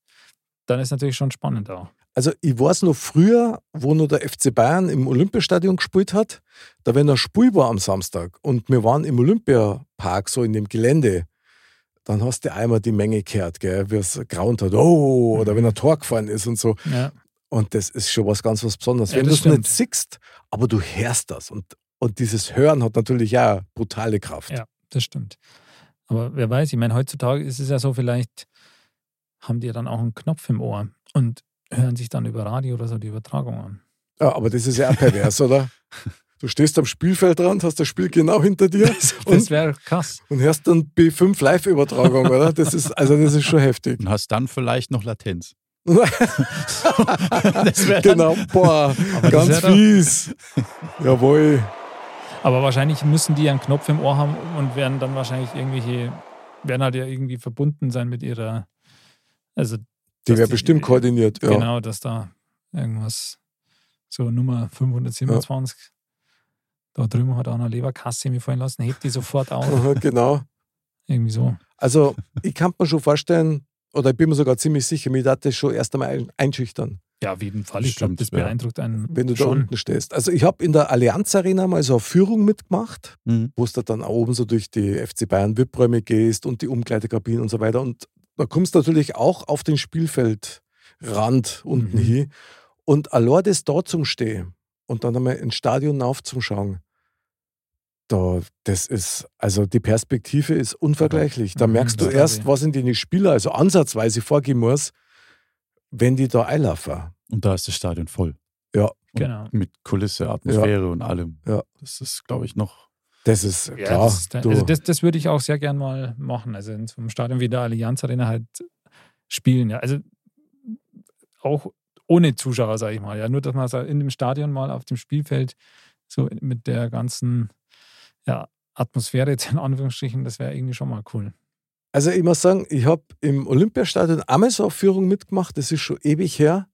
dann ist natürlich schon spannend auch. Also, ich weiß noch früher, wo nur der FC Bayern im Olympiastadion gespielt hat, da wenn er Spiel war am Samstag und wir waren im Olympiapark, so in dem Gelände, dann hast du einmal die Menge gehört, gell, wie es graunt hat, Mhm. oh, oder wenn er Tor gefahren ist und so. Ja, Und das ist schon was ganz was Besonderes. Ja, Wenn du das es nicht stimmt. siehst, aber du hörst das. Und, und dieses Hören hat natürlich ja brutale Kraft. Ja. das stimmt. Aber wer weiß, ich meine, heutzutage ist es ja so, vielleicht haben die ja dann auch einen Knopf im Ohr und hören sich dann über Radio oder so die Übertragung an. Ja, aber das ist ja auch pervers, oder? Du stehst am Spielfeldrand, hast das Spiel genau hinter dir Das und, wäre krass. und hörst dann B5 Live-Übertragung, oder? Das ist, also das ist schon heftig. Und hast dann vielleicht noch Latenz. Das wär dann- genau, boah, Aber das ganz wär doch- fies. Jawohl. Aber wahrscheinlich müssen die einen Knopf im Ohr haben und werden dann wahrscheinlich irgendwelche, werden halt ja irgendwie verbunden sein mit ihrer, also Die Dass wäre die- bestimmt koordiniert. Ja. genau, dass da irgendwas, so Nummer 527, da drüben hat auch eine Leberkasse mir fallen lassen, hebt die sofort auf. Aha, genau. Irgendwie so. Also, ich kann mir schon vorstellen, oder ich bin mir sogar ziemlich sicher, mich darf das schon erst einmal ein- einschüchtern. Ja, auf jeden Fall. Ich glaube, Stimmt, das ja. beeindruckt einen wenn du da schon. unten stehst. Also ich habe in der Allianz Arena mal so eine Führung mitgemacht, Mhm. wo du dann auch oben so durch die FC Bayern VIP-Räume gehst und die Umkleidekabinen und so weiter. Und da kommst du natürlich auch auf den Spielfeldrand unten Mhm. hin. Und allein das da zum Stehen und dann einmal ins Stadion aufzuschauen, da, das ist, also die Perspektive ist unvergleichlich. Da Mhm, merkst du das glaub erst, ich. was in den Spieler, also ansatzweise vorgehen muss, wenn die da einlaufen. Und da ist das Stadion voll. Ja. Und Genau. Mit Kulisse, Atmosphäre und allem. Ja. Das ist, glaube ich, noch. Das ist Ja, klar. das, du. also das, das würde ich auch sehr gern mal machen. Also in so einem Stadion wie der Allianz Arena halt spielen. Ja. Also auch ohne Zuschauer, sage ich mal. Ja. Nur, dass man so in dem Stadion mal auf dem Spielfeld so mit der ganzen ja, Atmosphäre jetzt in Anführungsstrichen, das wäre irgendwie schon mal cool. Also ich muss sagen, ich habe im Olympiastadion einmal so eine Führung mitgemacht, das ist schon ewig her.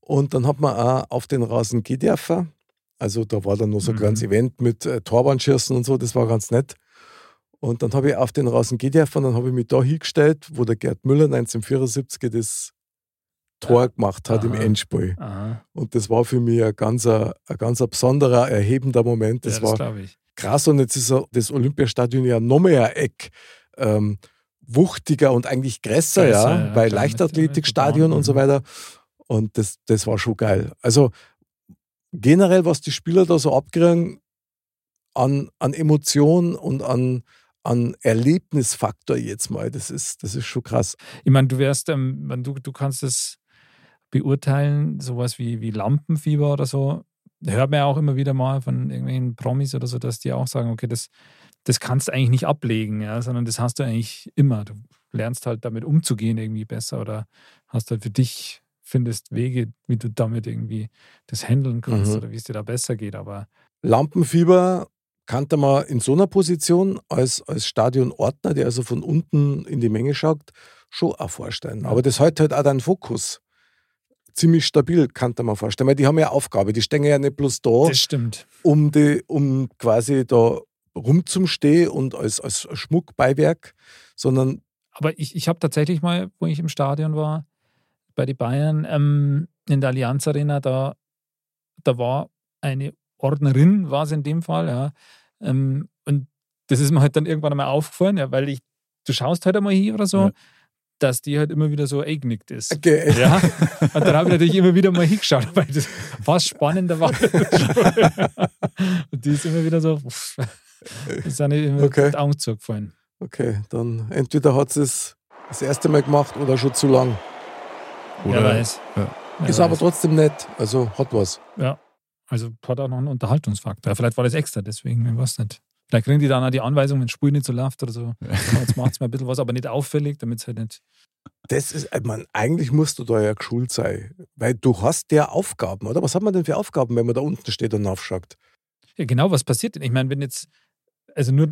Und dann hat man auch auf den Rasen gedürfen. Also da war dann noch so ein Mhm. kleines Event mit äh, Torwandschirsen und so, das war ganz nett. Und dann habe ich auf den Rasen gedürfen, dann habe ich mich da hingestellt, wo der Gerd Müller 1974 das Tor gemacht hat im Ah. Aha. Endspiel. Aha. Und das war für mich ein ganzer, ein ganzer besonderer, erhebender Moment. Das, Das ja, das war glaube ich. krass und jetzt ist er- das Olympiastadion ja noch mehr ein Eck ähm, wuchtiger und eigentlich größer, Größer, ja, ja, bei klar, mit- Leichtathletikstadion mit und so weiter. Und das, das war schon geil. Also generell, was die Spieler da so abkriegen an, an Emotionen und an, an Erlebnisfaktor jetzt mal, das ist, das ist schon krass. Ich meine, du wärst, ähm, wenn du, du kannst es beurteilen, sowas wie, wie Lampenfieber oder so. Hört man ja auch immer wieder mal von irgendwelchen Promis oder so, dass die auch sagen, okay, das, das kannst du eigentlich nicht ablegen, ja, sondern das hast du eigentlich immer. Du lernst halt damit umzugehen irgendwie besser oder hast halt für dich, findest Wege, wie du damit irgendwie das handeln kannst Mhm. oder wie es dir da besser geht. Aber Lampenfieber kannte man in so einer Position als, als Stadionordner, der also von unten in die Menge schaut, schon auch vorstellen. Aber das hält halt auch deinen Fokus. Ziemlich stabil, kannte man vorstellen. Weil die haben ja Aufgabe, die stehen ja nicht bloß da, das stimmt. um, die, um quasi da rumzumstehen und als, als Schmuckbeiwerk, sondern Aber ich, ich habe tatsächlich mal, wo ich im Stadion war, bei den Bayern ähm, in der Allianz Arena, da, da war eine Ordnerin, war es in dem Fall, ja. Ähm, und das ist mir halt dann irgendwann einmal aufgefallen, ja, weil ich, du schaust halt einmal hier oder so, Ja. dass die halt immer wieder so eignickt ist. Ge- Ja, und dann habe ich natürlich immer wieder mal hingeschaut, weil das fast spannender war. und die ist immer wieder so, pff, ist dann immer Okay. mit Augen zugefallen. okay, dann entweder hat sie es das erste Mal gemacht oder schon zu lang. Wer Oder weiß. ja. Wer Ist aber weiß. trotzdem nett, also hat was. Also hat auch noch einen Unterhaltungsfaktor. Vielleicht war das extra, deswegen, ich weiß nicht. Vielleicht kriegen die dann auch die Anweisung, wenn das Spiel nicht so läuft oder so. Komm, Jetzt macht es mal ein bisschen was, aber nicht auffällig, damit es halt nicht. Das ist, ich meine, eigentlich musst du da ja geschult sein, weil du hast ja Aufgaben, oder? Was hat man denn für Aufgaben, wenn man da unten steht und aufschaut? Ja, genau, was passiert denn? Ich meine, wenn jetzt, also nur,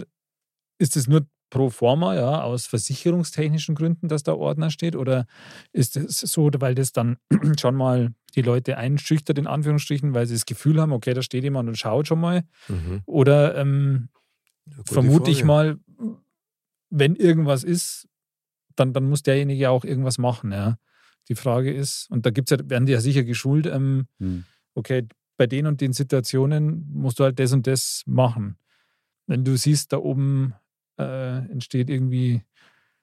ist es nur pro forma, ja, aus versicherungstechnischen Gründen, dass da Ordner steht? Oder ist es so, weil das dann schon mal die Leute einschüchtert, in Anführungsstrichen, weil sie das Gefühl haben, okay, da steht jemand und schaut schon mal? Oder ähm, vermute ich mal, wenn irgendwas ist, dann, dann muss derjenige ja auch irgendwas machen. Ja. Die Frage ist, und da gibt's ja, werden die ja sicher geschult, ähm, Hm. okay, bei den und den Situationen musst du halt das und das machen. Wenn du siehst, da oben äh, entsteht irgendwie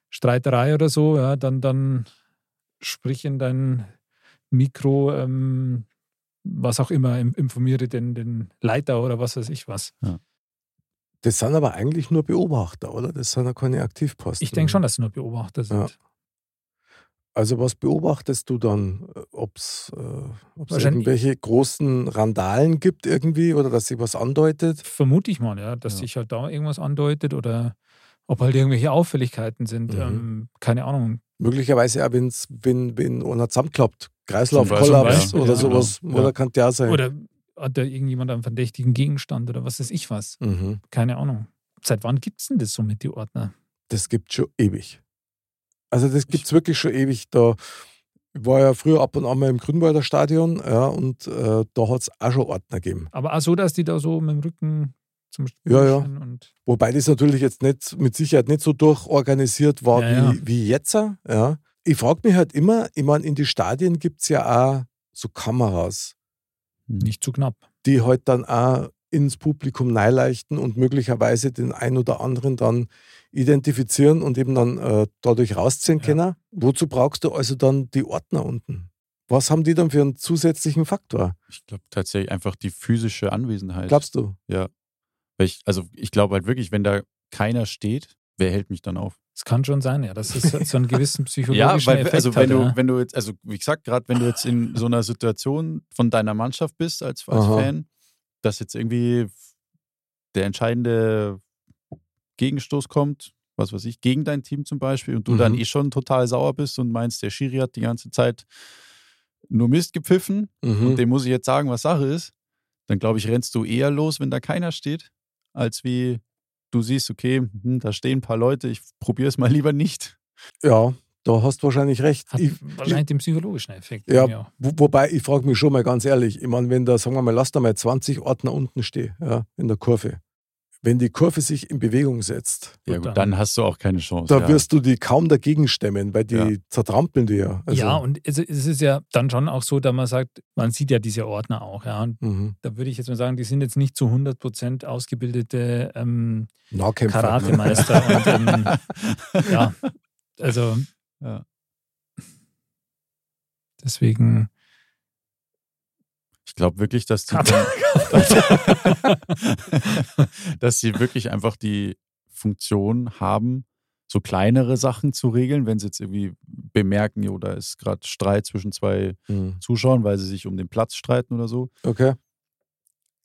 Streiterei oder so, ja, dann, dann sprich in dein Mikro, ähm, was auch immer, im- informiere den, den Leiter oder was weiß ich was. Das sind aber eigentlich nur Beobachter, oder? Das sind ja keine Aktivposten. Ich denke schon, dass sie nur Beobachter sind. Ja. Also was beobachtest du dann, ob es äh, ob's Wahrscheinlich- irgendwelche großen Randalen gibt irgendwie oder dass sich was andeutet? Vermute ich mal, ja, dass Ja. sich halt da irgendwas andeutet oder ob halt irgendwelche Auffälligkeiten sind. Mhm. Ähm, keine Ahnung. Möglicherweise auch, wenn's, wenn, wenn einer zusammenklappt, Zum Kreislaufkollaps Beispiel, oder ja, sowas, genau. oder Ja. kann der sein. Oder hat da irgendjemand einen verdächtigen Gegenstand oder was weiß ich was? mhm. Keine Ahnung. Seit wann gibt es denn das so mit die Ordner? das gibt schon ewig. Also das gibt es wirklich schon ewig. Da ich war ja früher ab und an mal im Grünwalder Stadion ja, und äh, da hat es auch schon Ordner gegeben. Aber auch so, dass die da so mit dem Rücken zum Spiel Ja, ja. stehen und Wobei das natürlich jetzt nicht, mit Sicherheit nicht so durchorganisiert war Ja, wie, wie jetzt. Ja. Ich frage mich halt immer, ich meine, in die Stadien gibt es ja auch so Kameras, nicht zu knapp. die halt dann auch ins Publikum neileichten und möglicherweise den einen oder anderen dann identifizieren und eben dann äh, dadurch rausziehen Ja. können. Wozu brauchst du also dann die Ordner unten? Was haben die dann für einen zusätzlichen Faktor? Ich glaube tatsächlich einfach die physische Anwesenheit. Glaubst du? Weil ich, also ich glaube halt wirklich, wenn da keiner steht, wer hält mich dann auf? Es kann schon sein, ja, dass es so einen gewissen Ja, psychologischen weil Effekt also hat. wenn du, ja. wenn du jetzt, also wie gesagt, gerade wenn du jetzt in so einer Situation von deiner Mannschaft bist als, als Aha. Fan, dass jetzt irgendwie der entscheidende Gegenstoß kommt, was weiß ich, gegen dein Team zum Beispiel und du Mhm. dann eh schon total sauer bist und meinst, der Schiri hat die ganze Zeit nur Mist gepfiffen Mhm. Mhm. und dem muss ich jetzt sagen, was Sache ist, dann glaube ich, rennst du eher los, wenn da keiner steht, als wie du siehst, okay, hm, da stehen ein paar Leute, ich probiere es mal lieber nicht. Ja, Da hast du wahrscheinlich recht. Hat Ich, wahrscheinlich den psychologischen Effekt. Ja. ja. wo, wobei, ich frage mich schon mal ganz ehrlich, ich meine, wenn da, sagen wir mal, lass da mal 20 Ordner unten stehen, ja, in der Kurve. Wenn die Kurve sich in Bewegung setzt, Ja, Gut, gut, dann- dann hast du auch keine Chance. da ja. wirst du die kaum dagegen stemmen, weil die Ja. zertrampeln die ja. Also, ja, und es, es ist ja dann schon auch so, dass man sagt, man sieht ja diese Ordner auch. Ja, und mhm. da würde ich jetzt mal sagen, die sind jetzt nicht zu 100% ausgebildete ähm, Nahkämpfer. Karatemeister. und, ähm, ja, also Ja. deswegen. Ich glaube wirklich, dass die, dass sie wirklich einfach die Funktion haben, so kleinere Sachen zu regeln, wenn sie jetzt irgendwie bemerken, jo, da ist gerade Streit zwischen zwei Mhm. Zuschauern, weil sie sich um den Platz streiten oder so. Okay.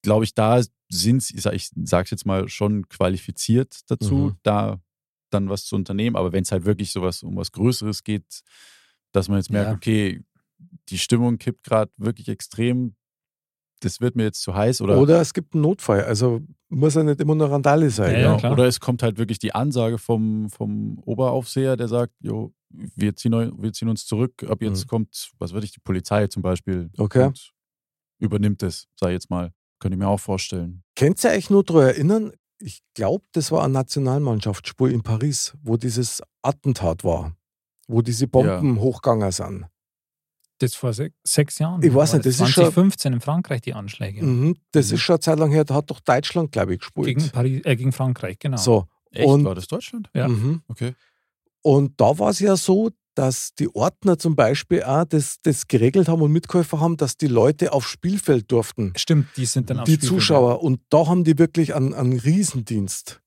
Glaube ich, da sind sie, ich sag- ich sag's jetzt mal, schon qualifiziert dazu, Mhm. da dann was zu unternehmen. Aber wenn es halt wirklich sowas um was Größeres geht, dass man jetzt merkt, Ja. okay, die Stimmung kippt gerade wirklich extrem, das wird mir jetzt zu heiß oder Oder, es gibt einen Notfall. Also muss ja nicht immer eine Randale sein. Ja, ja. ja. Genau. klar. Oder es kommt halt wirklich die Ansage vom, vom Oberaufseher, der sagt, jo, wir ziehen, eu- wir ziehen uns zurück, ab jetzt Mhm. kommt, was weiß ich, die Polizei zum Beispiel Okay. und übernimmt es, sei jetzt mal. Könnte ich mir auch vorstellen. Kennt ihr euch nur daran erinnern? Ich glaube, das war ein Nationalmannschaftsspiel in Paris, wo dieses Attentat war, wo diese Bomben hochgegangen sind. Das vor se- sechs Jahren. Ich weiß war nicht, das ist schon- 2015 in Frankreich die Anschläge. Mhm, das Mhm. ist schon eine Zeit lang her, da hat doch Deutschland, glaube ich, gespielt. Gegen, Paris, äh, gegen Frankreich, genau. So. Echt? Und- War das Deutschland? Ja. Mhm. Okay. Und da war es ja so, dass die Ordner zum Beispiel auch das, das geregelt haben und Mitkäufer haben, dass die Leute aufs Spielfeld durften. Stimmt, die sind dann am die Spielfeld, ja. Zuschauer. Und da haben die wirklich einen, einen Riesendienst.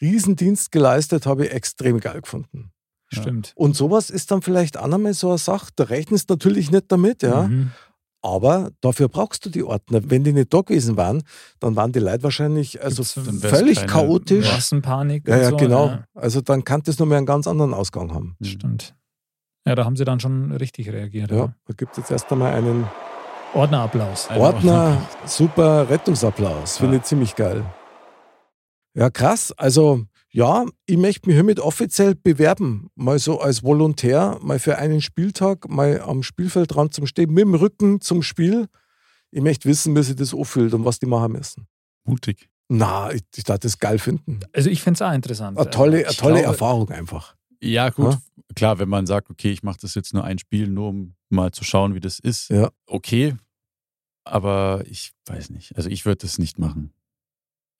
Riesendienst geleistet, habe ich extrem geil gefunden. Stimmt. Und sowas ist dann vielleicht auch einmal so eine Sache. Da rechnest du natürlich nicht damit, ja. Mhm. Aber dafür brauchst du die Ordner. Wenn die nicht da gewesen waren, dann waren die Leute wahrscheinlich also Gibt's- Dann wär's völlig keine- chaotisch. Massenpanik. Ja, und ja, so, genau. Hm. Ja, Also dann kann das nur mehr einen ganz anderen Ausgang haben. stimmt. Ja, da haben sie dann schon richtig reagiert. Ja, da gibt es jetzt erst einmal einen Ordnerapplaus. Ein Ordner, super Rettungsapplaus. Finde Ja. ich ziemlich geil. Ja, krass. Also, ja, ich möchte mich hiermit offiziell bewerben. Mal so als Volontär, mal für einen Spieltag, mal am Spielfeldrand zum Stehen, mit dem Rücken zum Spiel. Ich möchte wissen, wie sich das anfühlt und was die machen müssen. Mutig. Na, ich, ich darf das geil finden. Also ich finde es auch interessant. Also, Eine tolle, eine Ich tolle glaube- Erfahrung einfach. Ja, gut. Ja. Klar, wenn man sagt, okay, ich mache das jetzt nur ein Spiel, nur um mal zu schauen, wie das ist. Ja. Okay. Aber ich weiß nicht. Also ich würde das nicht machen.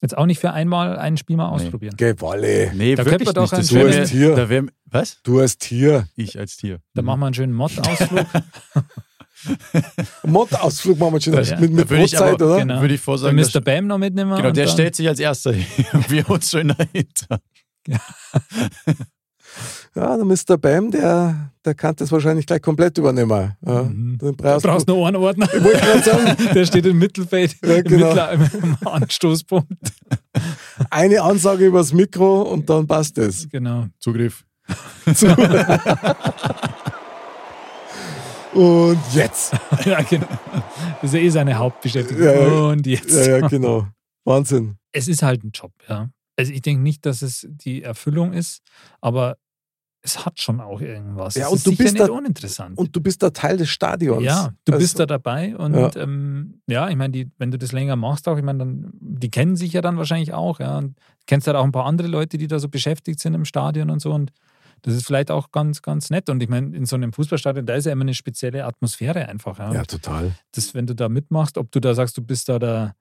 Jetzt auch nicht für einmal ein Spiel mal Nee. ausprobieren. Gewalle, Nee, Da könnte wirklich man doch nicht. Das ein wär schönes mir- Tier. Da wär, was? du als Tier. Ich als Tier. Mhm. Da machen wir einen schönen Mod-Ausflug. Mod-Ausflug machen wir schon Ja, mit, mit da würde ich Brotzeit, aber- oder? genau. Würde ich vorsagen, Dann der Mr. Bam noch mitnehmen. Genau, und der dann, stellt sich als erster hin. Wir uns schön dahinter. Ja, der Mr. Bam, der, der kann das wahrscheinlich gleich komplett übernehmen. Ja, Mhm. den Du brauchst brauchst du. nur einen Ordner. Ich wollte gerade sagen, Der steht im Mittelfeld, Ja, im, genau. Mittler, im Anstoßpunkt. eine Ansage übers Mikro und dann passt es. Genau. Zugriff. Und jetzt. Ja, genau. Das ist ja eh seine Hauptbeschäftigung. Ja, ja. Und jetzt. Ja, ja, genau. Wahnsinn. es ist halt ein Job, ja. Also ich denke nicht, dass es die Erfüllung ist, aber es hat schon auch irgendwas. Ja, es und ist du sicher bist nicht da- uninteressant. Und du bist da Teil des Stadions. ja, du Also, bist da dabei und Ja. ja, ähm, ja ich meine, die- wenn du das länger machst, auch, ich meine, dann die kennen sich ja dann wahrscheinlich auch, ja. Und kennst halt auch ein paar andere Leute, die da so beschäftigt sind im Stadion und so und das ist vielleicht auch ganz, ganz nett. Und ich meine, in so einem Fußballstadion, da ist ja immer eine spezielle Atmosphäre einfach. Ja. Ja, total. das, wenn du da mitmachst, ob du da sagst, du bist da der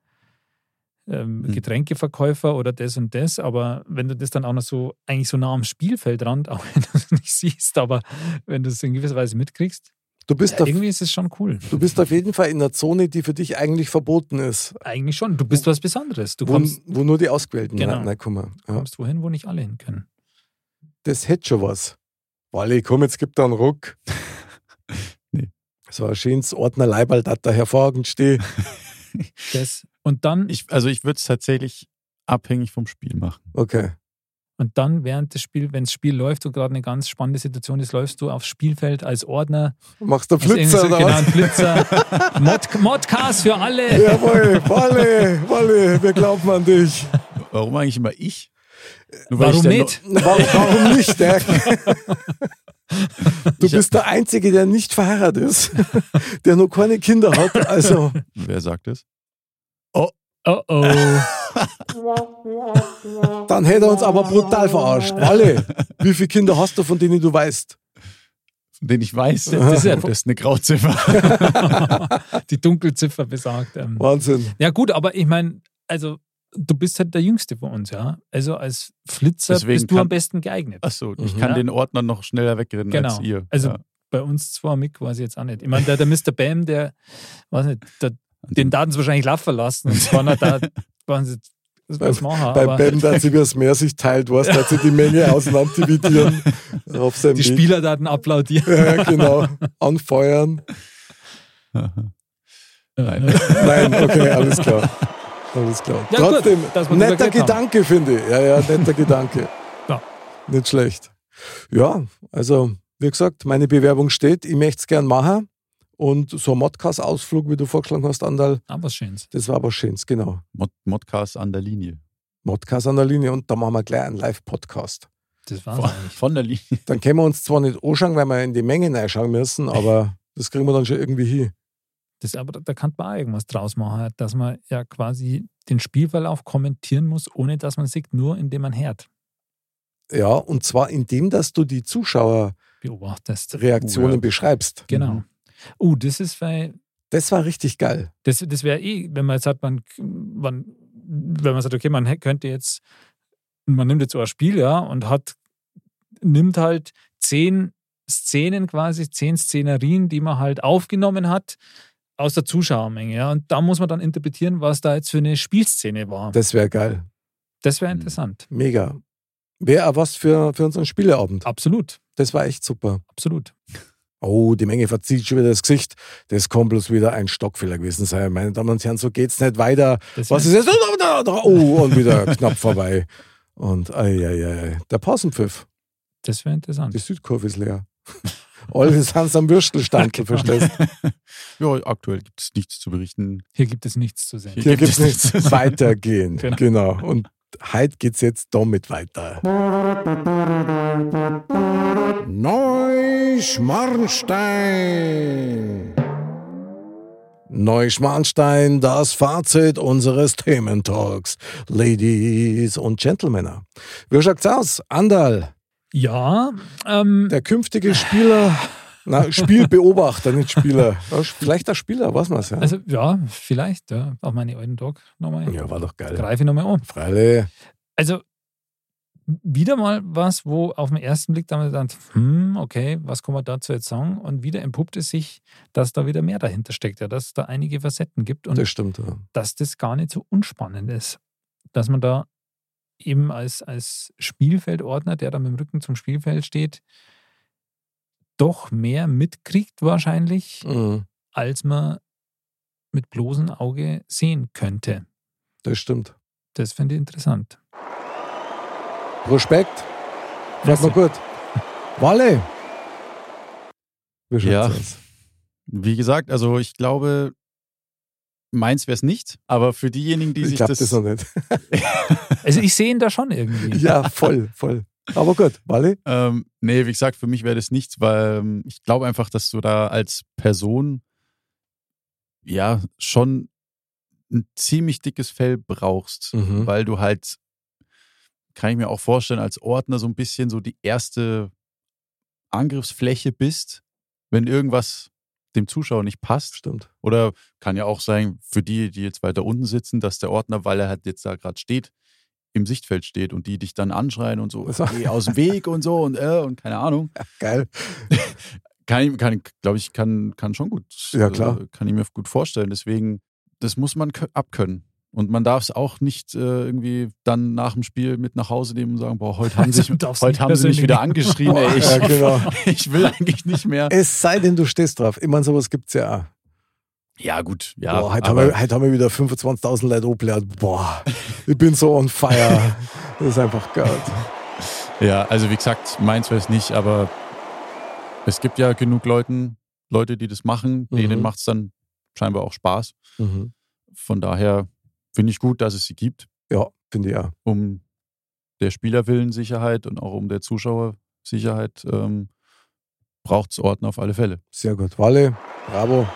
ähm, Hm. Getränkeverkäufer oder das und das, aber wenn du das dann auch noch so, eigentlich so nah am Spielfeldrand, auch wenn du es nicht siehst, aber wenn du es in gewisser Weise mitkriegst, Du bist, ja, auf, irgendwie ist es schon cool. du bist auf jeden Fall in einer Zone, die für dich eigentlich verboten ist. Eigentlich schon. Du bist was Besonderes. Du Wo, kommst, wo nur die Ausgewählten Genau. rein- reinkommen. Ja. kommst wohin, wo nicht alle hin können. Das hätte schon was. Wally, komm, jetzt gibt da einen Ruck. Nee. So ein schönes Ordnerleiberl, das da hervorragend steht. Das, und dann, Ich, also ich würde es tatsächlich abhängig vom Spiel machen. Okay. und dann während des Spiels, wenn das Spiel läuft und gerade eine ganz spannende Situation ist, läufst du aufs Spielfeld als Ordner. Machst du als Flitzer irgendwie so- oder genau, was? ein Flitzer. Mod, Modcast für alle. Jawohl, Walle, Walle, wir glauben an dich. Warum eigentlich immer ich? Nur weil Warum ich der nicht? Warum, warum nicht? Äh? Du Ich- bist der Einzige, der nicht verheiratet ist, der noch keine Kinder hat. Also, Wer sagt es? Oh oh. dann hätte er uns aber brutal verarscht. Alle, wie viele Kinder hast du, von denen du weißt? Den ich weiß, das ist, ja, das ist eine Grauziffer. Die Dunkelziffer besagt. Ähm. Wahnsinn. Ja, gut, aber ich meine, also du bist halt der Jüngste von uns, ja. Also als Flitzer Deswegen bist du kann- am besten geeignet. Achso, ich Mhm. kann Ja. den Ordner noch schneller wegrennen Genau. als ihr. Also ja. bei uns zwar mit quasi jetzt auch nicht. Ich meine, der, der Mr. Bam, der, weiß nicht, der, den Daten wahrscheinlich laufen lassen. Und zwar nicht da, waren sie, was machen, Bei aber Bam, da sie wie das Meer sich teilt, was, da sie die Menge auseinander dividieren. Auf seinem die Weg. Spielerdaten applaudieren. Ja, ja, genau. Anfeuern. Äh. Nein. Nein, okay, alles klar. Alles klar. Ja, gut, Trotzdem, dass wir drüber netter geredet haben. Gedanke, finde ich. Ja, ja, netter Gedanke. Ja. Nicht schlecht. Ja, also, wie gesagt, meine Bewerbung steht. Ich möchte es gern machen. Und so ein Modcast-Ausflug, wie du vorgeschlagen hast, Andal, Ah, was Schönes. das war aber schöns, genau. Mod Modcast an der Linie. Modcast an der Linie und da machen wir gleich einen Live-Podcast. Das Von, war's. von der Linie. Dann können wir uns zwar nicht anschauen, weil wir in die Mengen reinschauen müssen, aber das kriegen wir dann schon irgendwie hin. Das, aber da kann man auch irgendwas draus machen, dass man ja quasi den Spielverlauf kommentieren muss, ohne dass man sieht, nur indem man hört, Ja, und zwar indem, dass du die Zuschauerreaktionen beobachtest. Oh, ja. beschreibst. Genau. Mhm. Oh, das ist, weil Das war richtig geil. das, das wäre eh, wenn man jetzt sagt, man, man, wenn man sagt, okay, man hä- könnte jetzt, man nimmt jetzt so ein Spiel, ja, und hat, nimmt halt zehn Szenen quasi, zehn Szenerien, die man halt aufgenommen hat aus der Zuschauermenge, ja, und da muss man dann interpretieren, was da jetzt für eine Spielszene war. Das wäre geil. Das wäre Mhm. interessant. Mega. Wäre auch was für, für unseren Spieleabend. Absolut, Das war echt super. absolut. Oh, die Menge verzieht schon wieder das Gesicht. Das kann bloß wieder ein Stockfehler gewesen sein. Meine Damen und Herren, so geht's nicht weiter. Das Was ist wär- jetzt? Oh, und wieder knapp vorbei. Und ei, ei, ei, ei. der Pausenpfiff. Das wäre interessant. Die Südkurve ist leer. Alle sind am Würstelstandl, verstehst Ja, aktuell gibt es nichts zu berichten. Hier gibt es nichts zu sehen. Hier gibt's nichts. Weitergehen. Genau. Genau. Und heute geht's jetzt damit weiter. Neuschmarnstein. Neuschmarnstein, das Fazit unseres Thementalks. Ladies und Gentlemen. Wie schaut's aus? Andal, Ja, ähm, der künftige Spieler, na, Spielbeobachter, nicht Spieler. Ja, Vielleicht der Spieler, was man's ja. also ja, vielleicht, ja, auch meine alten Dog nochmal. Ja, war doch geil. Greife ich nochmal um. Freile. Also wieder mal was, wo auf den ersten Blick damals gedacht, hm, okay, was kann man dazu jetzt sagen? Und wieder entpuppt es sich, dass da wieder mehr dahinter steckt, ja, dass es da einige Facetten gibt und Das stimmt. Ja. dass das gar nicht so unspannend ist. Dass man da eben als, als Spielfeldordner, der da mit dem Rücken zum Spielfeld steht, doch mehr mitkriegt wahrscheinlich, Mhm, als man mit bloßem Auge sehen könnte. Das stimmt. Das finde ich interessant. Respekt. Fährt mal Also. gut. Walle. Wie schaut's Ja. aus? Wie gesagt, also ich glaube, meins wäre es nicht, aber für diejenigen, die Ich sich glaube das, das noch nicht. Also ich sehe ihn da schon irgendwie. Ja, voll, voll. Aber gut, Walle. Ähm, nee, wie gesagt, für mich wäre das nichts, weil ähm, ich glaube einfach, dass du da als Person ja schon ein ziemlich dickes Fell brauchst, Mhm. weil du halt, kann ich mir auch vorstellen, als Ordner so ein bisschen so die erste Angriffsfläche bist, wenn irgendwas dem Zuschauer nicht passt. Stimmt. Oder kann ja auch sein, für die, die jetzt weiter unten sitzen, dass der Ordner, weil er halt jetzt da gerade steht, im Sichtfeld steht und die dich dann anschreien und so, Also- geh aus dem Weg und so und äh, und keine Ahnung. Geil. Kann ich, kann, glaube ich, kann, kann schon gut. Ja, klar. äh, Kann ich mir gut vorstellen. Deswegen, das muss man kö- abkönnen. Und man darf es auch nicht äh, irgendwie dann nach dem Spiel mit nach Hause nehmen und sagen, boah, heute haben, Also sich, du darfst heute nicht haben sie mich persönlich wieder nehmen. angeschrien, ey, ich, Ja, genau. ich will eigentlich nicht mehr. Es sei denn, du stehst drauf. Ich meine, sowas gibt es ja auch. Ja, gut, ja. Boah, halt heute, haben aber- wir, heute haben wir wieder 25.000 Leute abgeladen. Boah, ich bin so on fire. Das ist einfach geil. Ja, also wie gesagt, meins wäre es nicht, aber es gibt ja genug Leuten, Leute, die das machen, Mhm. denen macht es dann scheinbar auch Spaß. Mhm. Von daher finde ich gut, dass es sie gibt, Ja, finde ich auch. um der Spielerwillensicherheit und auch um der Zuschauersicherheit ähm, braucht es Orten auf alle Fälle. Sehr gut. Walle, bravo.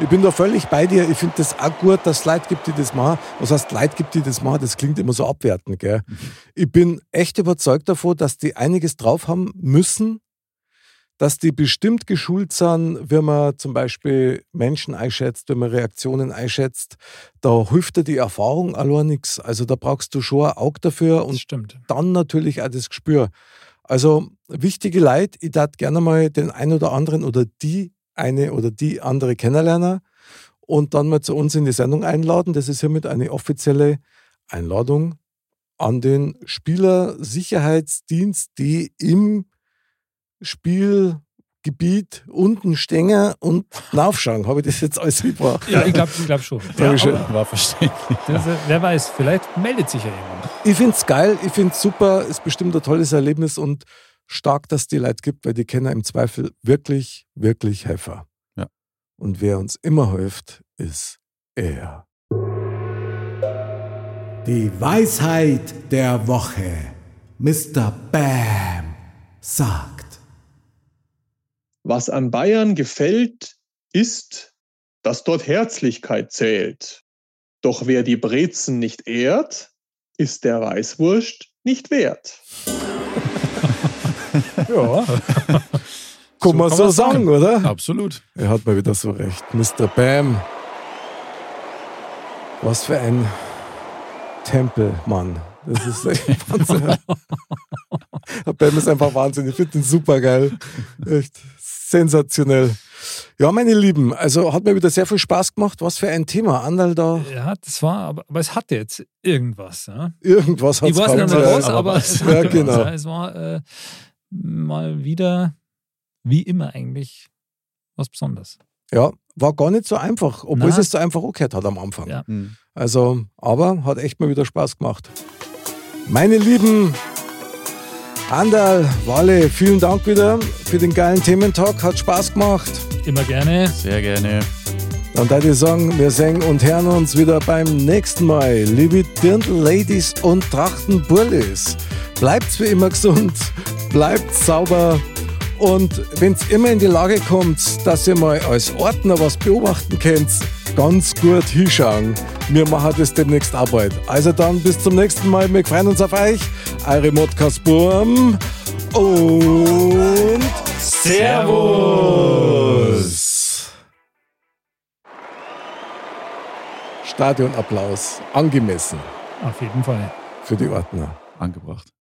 Ich bin da völlig bei dir. Ich finde das auch gut, dass es Leute gibt, die das machen. Was heißt, Leute gibt, die das machen? Das klingt immer so abwertend, gell? Ich bin echt überzeugt davon, dass die einiges drauf haben müssen, dass die bestimmt geschult sind, wenn man zum Beispiel Menschen einschätzt, wenn man Reaktionen einschätzt. Da hilft dir die Erfahrung allein nichts. Also da brauchst du schon ein Auge dafür und Das stimmt. dann natürlich auch das Gespür. Also wichtige Leute, ich darf gerne mal den einen oder anderen oder die eine oder die andere kennenlernen und dann mal zu uns in die Sendung einladen. Das ist hiermit eine offizielle Einladung an den Spielersicherheitsdienst, die im Spielgebiet unten stehen und nachschauen. Habe ich das jetzt alles gebracht? Ja, ich glaube ich glaub schon. Dankeschön. aber War verständlich. das, äh, wer weiß, vielleicht meldet sich ja jemand. Ich finde es geil, ich finde es super, ist bestimmt ein tolles Erlebnis und stark, dass es die Leute gibt, weil die kennen im Zweifel wirklich, wirklich Helfer. Ja. Und wer uns immer hilft, ist er. Die Weisheit der Woche. Mr. Bam sagt. Was an Bayern gefällt, ist, dass dort Herzlichkeit zählt. Doch wer die Brezen nicht ehrt, ist der Weißwurst nicht wert. Ja. Kann man so man's sagen, oder? Absolut. Er hat mal wieder so recht. Mr. Bam. Was für ein Tempelmann. Das ist echt Wahnsinn. Der Bam ist einfach Wahnsinn. Ich finde den super geil. Echt sensationell. Ja, meine Lieben, also hat mir wieder sehr viel Spaß gemacht. Was für ein Thema. Anderl da ja, das war, aber, aber es hatte jetzt irgendwas. Ja? irgendwas hat Ich weiß nicht mehr gehabt, was, ja. aber es Ja, hatte was, genau. ja. Es war äh, mal wieder, wie immer eigentlich, was Besonderes. Ja, war gar nicht so einfach, obwohl Na. es so einfach angehört hat am Anfang. Ja. Mhm. Also, aber hat echt mal wieder Spaß gemacht. Meine Lieben, Andal, Walle, vielen Dank wieder für den geilen Thementalk. Hat Spaß gemacht. Immer gerne. Sehr gerne. Dann darf ich sagen, wir singen und hören uns wieder beim nächsten Mal. Liebe Dirndl-Ladies und Trachtenburlis, bleibt's wie immer gesund, bleibt sauber und wenn's immer in die Lage kommt, dass ihr mal als Ordner was beobachten könnt, ganz gut hinschauen. Wir machen das demnächst Arbeit. Also dann bis zum nächsten Mal. Wir freuen uns auf euch. Eure Modcast Burm und Servus! Stadionapplaus angemessen Auf jeden Fall. für die Ordner. Angebracht.